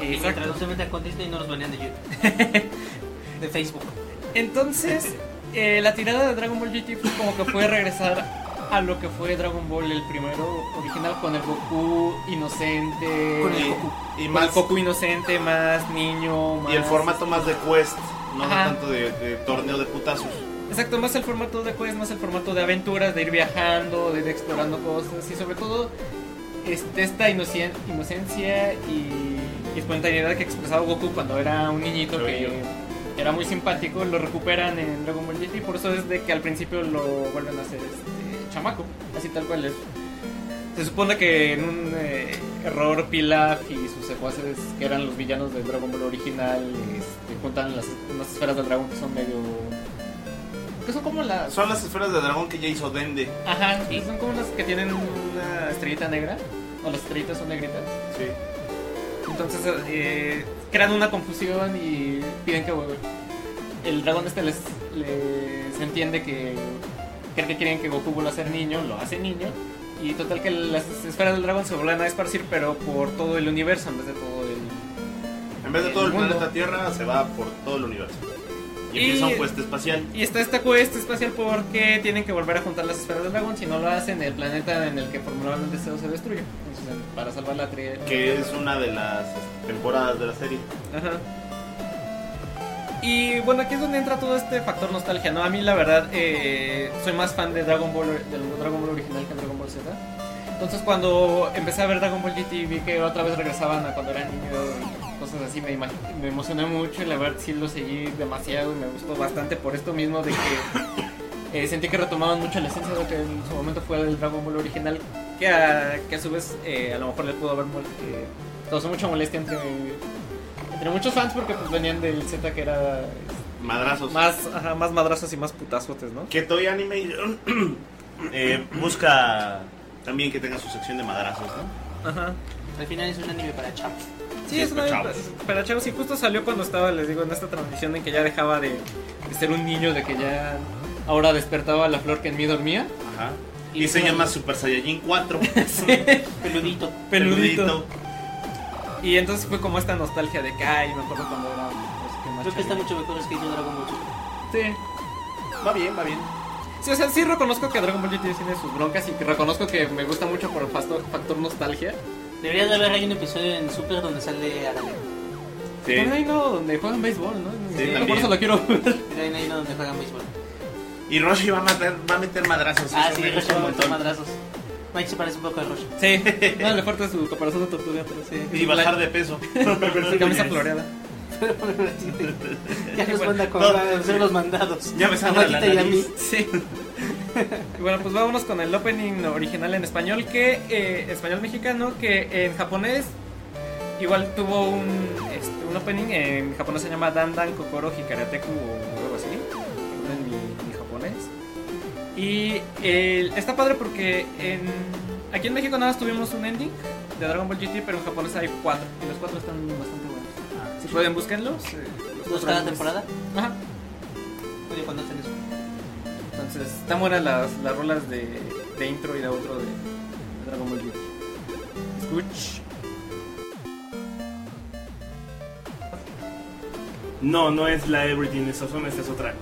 D: Y mientras no
C: Exacto.
D: se metan con Disney no nos banean de YouTube. de Facebook.
C: Entonces, eh, la tirada de Dragon Ball GT fue como que fue regresar a lo que fue Dragon Ball el primero original con el Goku inocente.
D: Con el
B: Y-
D: Goku.
B: Y,
C: con el
B: más.
C: Goku inocente, más niño, más.
B: Y el formato más de quest, no de
C: Ajá.
B: tanto de, de torneo de putazos.
C: Exacto, más el formato de quest, más el formato de aventuras, de ir viajando, de ir explorando cosas y sobre todo este, esta inocien- inocencia y, y espontaneidad que expresaba Goku cuando era un niñito que
B: Cabello.
C: era muy simpático, lo recuperan en Dragon Ball GT y por eso es de que al principio lo vuelven a hacer este, chamaco, así tal cual es. Se supone que en un eh, error Pilaf y sus secuaces, que eran los villanos del Dragon Ball original, este, juntan las, unas esferas del dragón que son medio que son como las.
B: Son las esferas de dragón que ya hizo Dende.
C: Ajá, son como las que tienen una estrellita negra. O las estrellitas son negritas.
B: Sí.
C: Entonces eh, crean una confusión y piden que Goku- el dragón este les, les entiende que creen que quieren que Goku vuelva a ser niño, lo hace niño. Y total que las esferas del dragón se vuelven a esparcir, pero por todo el universo en vez de todo el...
B: En vez de
C: El
B: todo el
C: mundo.
B: planeta Tierra, se va por todo el universo. Y,
C: Y-
B: empieza un puesto espacial.
C: Y está esta quest espacial porque tienen que volver a juntar las esferas del dragón. Si no lo hacen, el planeta en el que formularon el deseo se destruye. Entonces, para salvar la tri...
B: Que es una de las temporadas de la serie.
C: Ajá. Y bueno, aquí es donde entra todo este factor nostalgia, ¿no? A mí la verdad eh, soy más fan de Dragon Ball, del Dragon Ball original que Dragon Ball Z. Entonces cuando empecé a ver Dragon Ball GT y vi que otra vez regresaban a cuando era niño y cosas así, me, imag- me emocioné mucho y la verdad sí lo seguí demasiado y me gustó bastante por esto mismo de que eh, sentí que retomaban mucho la esencia de lo que en su momento fue el Dragon Ball original, que a, que a su vez eh, a lo mejor le pudo haber mol- eh, causó mucha molestia entre entre muchos fans porque pues venían del Z que era eh,
B: Madrazos.
C: más, ajá, más madrazos y más putazotes, ¿no?
B: Que Toy Anime eh, busca también que tenga su sección de madrazos, ¿no?
C: Ajá.
D: Al final es un anime para chavos.
C: Sí, es una
B: chavos.
C: Pero chavos, y justo salió cuando estaba, les digo, en esta transición en que ya dejaba de, de ser un niño, de que ya ahora despertaba la flor que en mí dormía.
B: Ajá.
C: Y
B: Y se
C: bueno.
B: llama Super Saiyajin 4.
D: Peludito.
C: Peludito. Y entonces fue como esta nostalgia de que, ay, me acuerdo cuando era pues, que más
D: Creo que está
C: chavito".
D: mucho mejor escrito Dragon Ball.
C: Sí.
B: Va bien, va bien.
C: Sí, o sea, sí reconozco que Dragon Ball GT tiene sus broncas y que reconozco que me gusta mucho por el factor, factor nostalgia.
D: Debería de haber ahí un episodio en Super donde sale Arale.
B: Sí.
C: Pero ahí no, donde juegan béisbol, ¿no?
B: Sí,
C: Yo por
B: también.
C: eso lo quiero ver.
D: Era en ahí no donde juegan béisbol.
B: Y Roshi va a, matar, va a meter madrazos.
D: Ah,
B: eso
D: sí,
B: me
D: Roshi
B: gusta un
D: montó
B: montón.
D: madrazos. Mike se parece un poco a Roshi.
C: Sí, no, le falta su caparazón de tortuga, pero sí.
B: Y bajar de peso.
C: su camisa floreada.
D: ya nos manda con
B: No,
D: hacer los mandados.
B: Ya me
D: a
B: sangra la
D: Maquita y a mí.
B: nariz.
C: Sí. Y bueno, pues vámonos con el opening original en español, que eh, español mexicano, que en japonés igual tuvo un, este, un opening, en japonés se llama Dan Dan Kokoro Hikarateku o algo así, en mi, mi japonés. Y eh, está padre porque en, aquí en México nada más tuvimos un ending de Dragon Ball GT, pero en japonés hay cuatro, y los cuatro están bastante buenos. Si pueden, búsquenlos. eh, los
D: Dos
C: cuatro
D: cada
C: animes.
D: temporada.
C: Ajá.
D: Oye, cuando hacen eso.
C: Entonces, están buenas las, las rolas de, de intro y de outro de Dragon Ball GT. Escuch.
E: No, no es la Everything is Awesome, esta es otra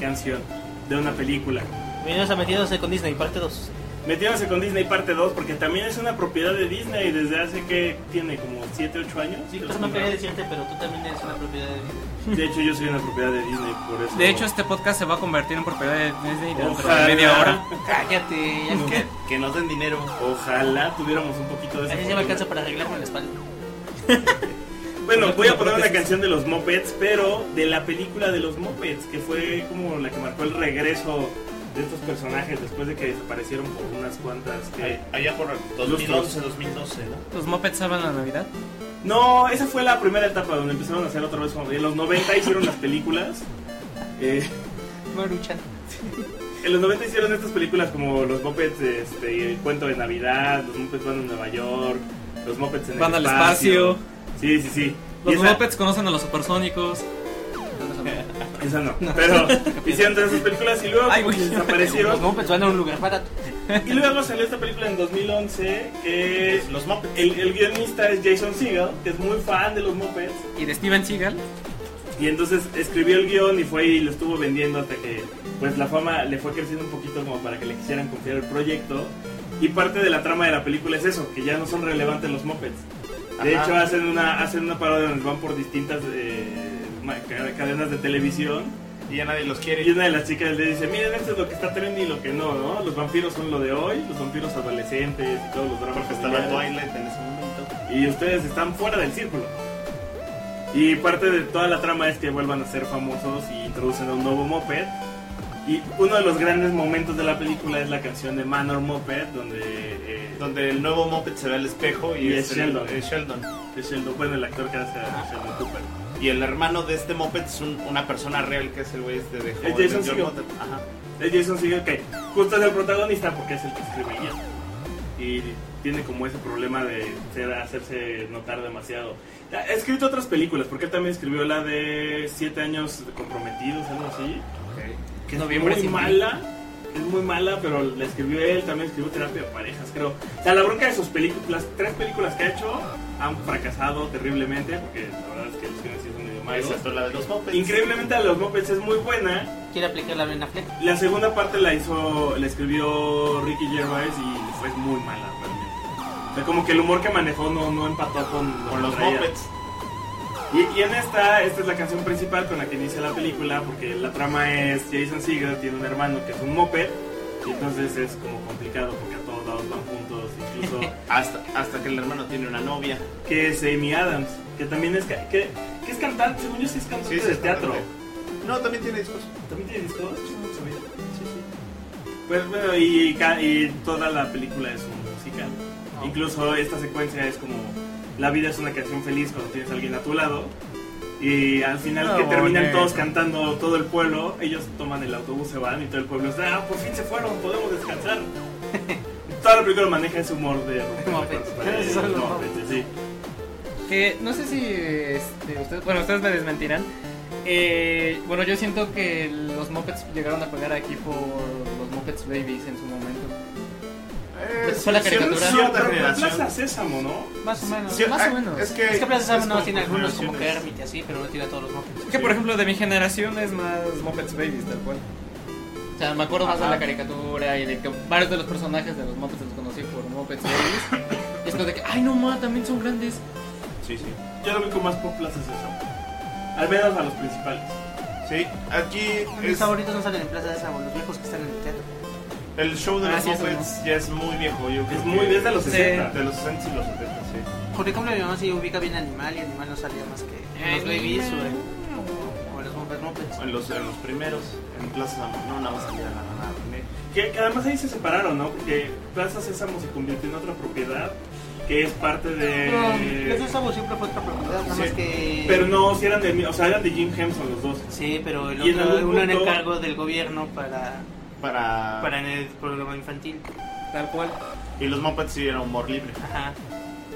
E: canción de una película.
D: Bienvenidos a Metiéndose con Disney, parte 2.
E: Metiéndose con Disney parte 2 porque también es una propiedad de Disney desde hace que tiene como 7, 8 años.
D: Sí,
E: que
D: es
E: los
D: una propiedad
E: compraron.
D: de cierta, pero tú también eres una propiedad de Disney.
E: De hecho yo soy una propiedad de Disney por eso.
F: De hecho, este podcast se va a convertir en propiedad de Disney dentro
E: Ojalá.
F: de media hora.
D: Cállate, ya
B: Que, que nos den dinero.
E: ojalá tuviéramos un poquito de esa
D: Así se me
E: fortuna.
D: alcanza para arreglarme la espalda.
E: Bueno, voy a poner una canción de los Mopeds, pero de la película de los Mopeds, que fue como la que marcó el regreso de estos personajes después de que desaparecieron por unas cuantas. que-
B: Ay, Allá por 2011, 2012, ¿no?
F: Los mopeds saben la Navidad.
E: No, esa fue la primera etapa donde empezaron a hacer otra vez como en los 90 hicieron las películas. eh,
D: Maruchan.
E: en los 90 hicieron estas películas como los Mopeds, este, y el cuento de Navidad, los Mopeds van a Nueva York, los Mopeds en
F: Van al
E: el espacio.
F: espacio.
E: Sí, sí, sí. Y
F: Los
E: esa-
F: mopeds conocen a los supersónicos.
E: Esa no. Pero hicieron todas esas películas y luego
F: Ay,
E: como que
F: güey.
D: Los
E: desaparecieron.
D: Muppets van a un lugar barato.
E: Y luego salió esta película en 2011 que
B: Eh, Los Muppets.
E: el, el guionista es Jason Segel, que es muy fan de los Muppets.
F: Y de Steven Seagal.
E: Y entonces escribió el guión y fue y lo estuvo vendiendo hasta que pues la fama le fue creciendo un poquito como para que le quisieran confiar el proyecto. Y parte de la trama de la película es eso, que ya no son relevantes los Muppets. De
B: Ajá.
E: hecho hacen una, hacen una parodia donde van por distintas eh, ma- ca- cadenas de televisión.
B: Y ya nadie los
E: Y
B: quiere.
E: una de las chicas le dice, miren, esto es lo que está trendy y lo que no, ¿no? Los vampiros son lo de hoy, los vampiros adolescentes y todos los dramas
B: Porque estaba
E: familiares.
B: Twilight en ese momento.
E: Y ustedes están fuera del círculo. Y parte de toda la trama es que vuelvan a ser famosos y introducen a un nuevo moped. Y uno de los grandes momentos de la película es la canción de Manor Moped, donde... eh,
B: Donde el nuevo Muppet se ve al espejo y,
E: Y es Sheldon.
B: el- es Sheldon.
E: de Sheldon, bueno, el actor que hace a Sheldon Cooper.
B: Y el hermano de este Moped es un- una persona real que es el güey este de
E: El
B: How I Met
E: Jason
B: Your
E: Segel.
B: Mother. Ajá.
E: Es Jason Segel que justo es el protagonista porque es el que escribe el guión. Y tiene como ese problema de ser- hacerse notar demasiado. Ha escrito otras películas, porque él también escribió la de Siete años comprometidos, algo así.
B: Que es
E: Noviembre muy mala, es muy mala, pero la escribió él, también escribió Terapia de Parejas, creo. O sea, la bronca de sus películas, las tres películas que ha hecho han fracasado terriblemente, porque la verdad es que los guiones sí son medio malos.
B: Excepto la de los Muppets.
E: Increíblemente a los Muppets es muy buena,
D: Quiere aplicar la Ben Affleck.
E: la segunda parte la hizo, la escribió Ricky Gervais y fue muy mala realmente. O sea, como que el humor que manejó no, no empató con, lo
B: Con
E: que
B: los
E: traía.
B: Muppets.
E: Y, y en esta, esta es la canción principal con la que inicia la película, porque la trama es Jason Segel tiene un hermano que es un moped, y entonces es como complicado porque a todos lados van juntos, incluso
B: Hasta, hasta que el hermano tiene una novia.
E: que es Amy Adams, que también es, ca- que, que es cantante, según yo sí es cantante
B: Sí, sí,
E: de
B: es
E: teatro.
B: cantante. No, también tiene discos.
E: ¿También tiene discos? Pues bueno, y, ca- y toda la película es un musical. Incluso esta secuencia es como la vida es una canción feliz cuando tienes a alguien a tu lado. Y al final que
F: Ah,
E: terminan
F: bonito.
E: todos cantando todo el pueblo, ellos toman el autobús, se van y todo el pueblo está, ah, por fin se fueron, podemos descansar. Toda la película maneja ese humor de romper
D: Como
E: la cuarta
D: Pets.
E: pared,
D: Eso es lo
E: como Pets, sí.
F: Que no sé si este, ustedes, bueno, ustedes me desmentirán. Eh, bueno, yo siento que los Muppets llegaron a pegar aquí por los Muppets Babies en su momento.
D: Pues fue la
B: cier-
D: caricatura.
E: Pero
B: Cierta
E: como
B: Eh, generación.
E: Plaza Sésamo, ¿no?
F: Más o menos.
B: Cier-
F: más
B: ah,
F: o menos.
B: Es que,
D: Es que Plaza
B: es
D: Sésamo no
B: por
D: tiene algunos como
B: generaciones.
D: Kermit y así, pero no tiene a todos los Muppets.
F: Que por ejemplo de mi generación es más Muppets Babies, tal cual.
D: O sea, me
F: Recuerdo
D: acuerdo
F: más de
D: Ajá.
F: la caricatura y de que varios de los personajes de los Muppets los conocí por Muppets Babies. y es como de que, ay no ma, también son grandes.
B: Sí, sí.
E: Yo lo ubico más por Plaza Sésamo. Al menos a los principales.
B: Sí, aquí
D: Mis
B: es
D: favoritos no salen en Plaza Sésamo, los viejos que están en el teatro.
B: el show de
F: Ah,
B: los
F: sí, eso
B: Muppets ya es muy viejo. Yo creo
E: Es muy
B: que-
E: desde los
F: Sí.
E: 60.
B: De los 60 y los 70, sí.
D: Por ejemplo, mi mamá sí ubica bien Animal y Animal no salía más que en los Eh, Babies o en, o en los Muppets Muppets.
B: En los, en los primeros, en Plaza Sésamo, no, nada más salía la nana René.
E: Que, que además ahí se separaron, ¿no? Porque Plaza Sésamo se convirtió en otra propiedad que es parte
D: Pero Plaza
E: de...
D: Sésamo siempre fue otra propiedad, nada más
E: Sí.
D: que...
E: Pero no, si eran de... mi- O sea, eran de Jim Henson los dos.
D: Sí, pero el
E: Y en
D: otro,
E: algún
D: uno en el
E: punto- Ah.
D: cargo del gobierno para,
B: Para...
D: para en el programa infantil.
F: Tal cual.
B: Y los Muppets sí era humor libre.
D: Ajá,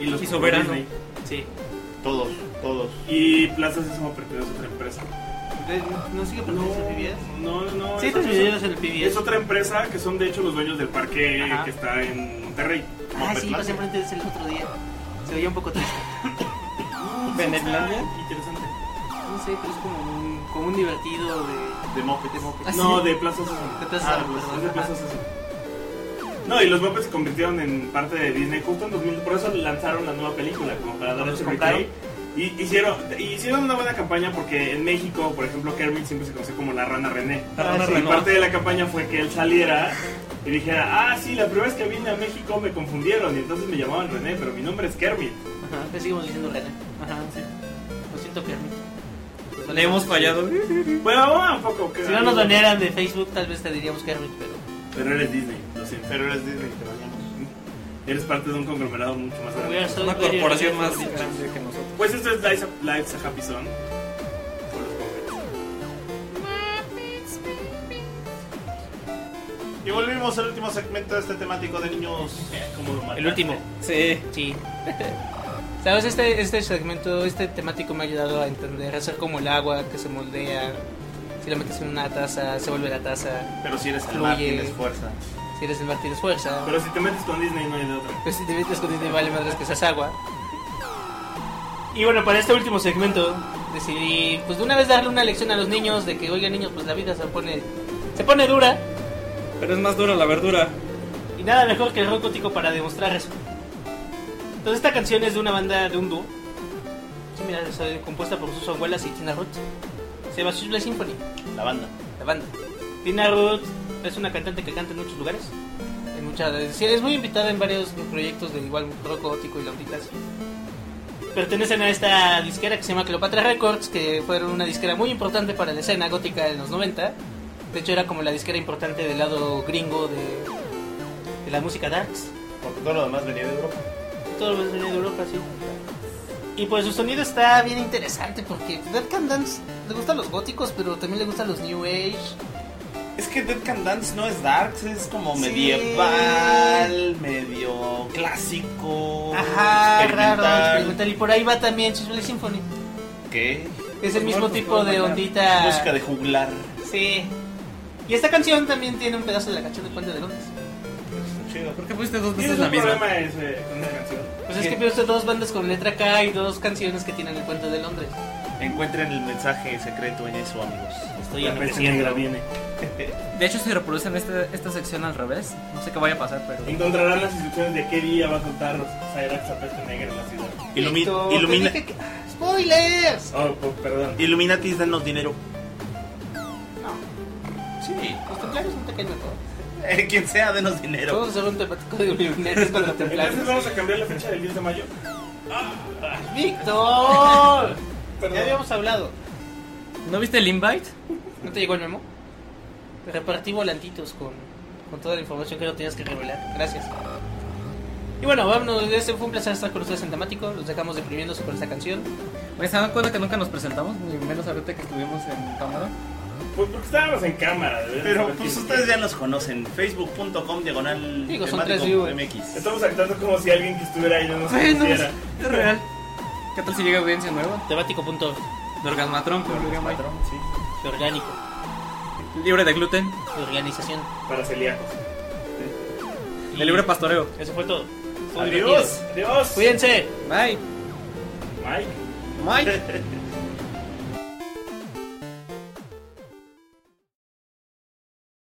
E: Y los
F: Y Soberano.
E: Disney.
D: sí.
B: Todos, todos.
E: Y Plaza Sésamo pertenece a otra empresa.
D: Entonces, ¿no sigue
E: No,
D: perteneciendo a PBS?
E: no, no.
D: Sí,
E: es-
D: estos videos en el
E: Es
D: PBS.
E: otra empresa que son de hecho los dueños del parque
D: Ajá.
E: que está en Monterrey.
D: Ah,
B: Muppet
D: sí,
B: Plaza.
D: pasé enfrente de ese el otro día. Se veía un poco triste.
F: ¿Venetlandia?
E: Interesante.
D: No sé, pero es como un, como un divertido de...
B: De Muppets.
D: de Muppets.
E: No, de Plaza Sésamo.
D: De Plaza
E: Ah,
D: Sésamo,
E: pues,
D: perdón.
E: es de Plaza Sésamo. No, y los Muppets se convirtieron en parte de Disney justo en 2000, por eso lanzaron la nueva película, como para dar
D: Cuando
E: ese
D: se compraron.
E: replay. Y hicieron, y hicieron una buena campaña porque en México, por ejemplo, Kermit siempre se conoce como la rana René.
F: La rana
E: y
F: René.
E: parte de la campaña fue que él saliera y dijera, ah, sí, la primera vez que vine a México me confundieron y entonces me llamaban René, pero mi nombre es Kermit.
D: Ajá, le seguimos diciendo René. Ajá, sí. Lo siento, Kermit.
F: Le hemos fallado.
E: Bueno, un poco. que-
D: Si no nos donearan de Facebook, tal vez te diríamos Kermit, pero...
E: Pero eres Disney, lo siento.
B: Pero eres Disney, te bañamos.
E: Eres parte de un conglomerado mucho más grande.
D: Hubiera
F: Es
D: sido-
F: una
D: hubiera-
F: corporación más grande que nosotros.
E: Pues esto es Lives a, Lives a Happy Son. Por los Muppets.
B: Y volvimos al último segmento de este temático de niños.
E: ¿Cómo lo mataste?
D: El último.
F: Sí.
D: Sí. Sabes, este, este segmento, este temático me ha ayudado a entender, a ser como el agua que se moldea. Si la metes en una taza, se vuelve la taza.
B: Pero si eres el
D: Fluye.
B: mar, tienes fuerza.
D: Si eres el mar, tienes fuerza. Pero,
E: Pero si te metes con Disney no hay de otra.
D: si Pues te metes con Disney, vale madres que seas agua. Y bueno, para este último segmento decidí, pues de una vez darle una lección a los niños de que, oigan niños, pues la vida se pone, se pone dura.
F: Pero es más dura la verdura.
D: Y nada mejor que el rock gótico para demostrar eso. Entonces esta canción es de una banda de un dúo. Sí, mira, está compuesta por sus abuelas y Tina Ruth. Se llama Sweet Blue Symphony,
B: La banda.
D: la banda. Tina Ruth es una cantante que canta en muchos lugares. En muchas, sí, es muy invitada en varios proyectos de igual rock gótico y la así. Pertenecen a esta disquera que se llama Cleopatra Records, que fueron una disquera muy importante para la escena gótica de los 90. De hecho, era como la disquera importante del lado gringo de, de la música darks.
B: Porque todo lo demás venía de Europa.
D: Todo lo venía de Europa, sí. Y pues su sonido está bien interesante porque Dead Can Dance le gustan los góticos, pero también le gustan los New Age.
A: Es que Dead Can Dance no es dark, es como medieval, medio clásico.
D: Ajá, raro,
A: experimental.
D: experimental. Y por ahí va también Chisble Symphony.
A: ¿Qué?
D: Es
A: Pues
D: el
C: Los
D: mismo
C: muertos
D: tipo
C: pueden
D: de
C: bailar.
D: ondita.
A: Música de juglar.
D: Sí. Y esta canción también tiene un pedazo de la canción de Puente de Londres.
A: Chido.
C: ¿Por qué pusiste dos
E: ¿Tienes
C: veces
E: un
C: la misma?
E: problema ese, con esa canción?
D: Pues es
A: ¿Qué?
D: que pienso dos bandas con letra K y dos canciones que tienen el Puente de Londres.
A: Encuentren el mensaje secreto en eso, amigos.
D: Estoy
E: La peste negra viene.
C: De hecho, si reproducen este- esta sección al revés, no sé qué vaya a pasar, pero.
E: Encontrarán las instrucciones de qué día va a soltar Cyrax a peste negra en la ciudad.
A: Ilumi-
D: Listo, te
A: ilumina-
D: dije que- ¡Ah, ¡Spoilers!
E: Oh, po- perdón.
A: Illuminatis, danos dinero.
D: Los templarios no te caen mejor.
A: Eh, quien sea, denos dinero.
D: Vamos a hacer un temático de lunetes con los
E: Entonces
D: templarios.
E: vamos a cambiar la fecha del 10 de mayo.
D: ¡Víctor!
E: Perdón.
D: Ya habíamos hablado.
C: ¿No viste el invite?
D: ¿No te llegó el memo? Repartí volantitos con, con toda la información que no tenías que revelar. Gracias. Y bueno, vámonos. Este fue un placer estar con ustedes en temático. Los dejamos deprimiéndose con esta canción.
C: Oye, ¿Se dan cuenta que nunca nos presentamos? Ni menos ahorita que estuvimos en cámara.
E: Pues porque estábamos en cámara. deberíamos
A: Pero
E: saber
A: pues
E: quién-
A: ustedes ya nos conocen. Facebook.com diagonal
D: Digo, son
A: temático
D: tres viewers.
A: MX.
E: Estamos actuando como si alguien que estuviera ahí no nos
C: Ay, no,
E: conociera.
C: es real. ¿Qué tal si llega audiencia nueva?
D: Temático.org,
C: De Orgasmatron, como diría Mike.
D: de orgánico,
C: Libre de gluten,
D: de organización.
E: Para celíacos.
C: de libre pastoreo.
D: Eso fue todo. Fue divertido.
E: Adiós. Adiós.
D: Cuídense.
C: Bye.
E: Mike.
C: Mike.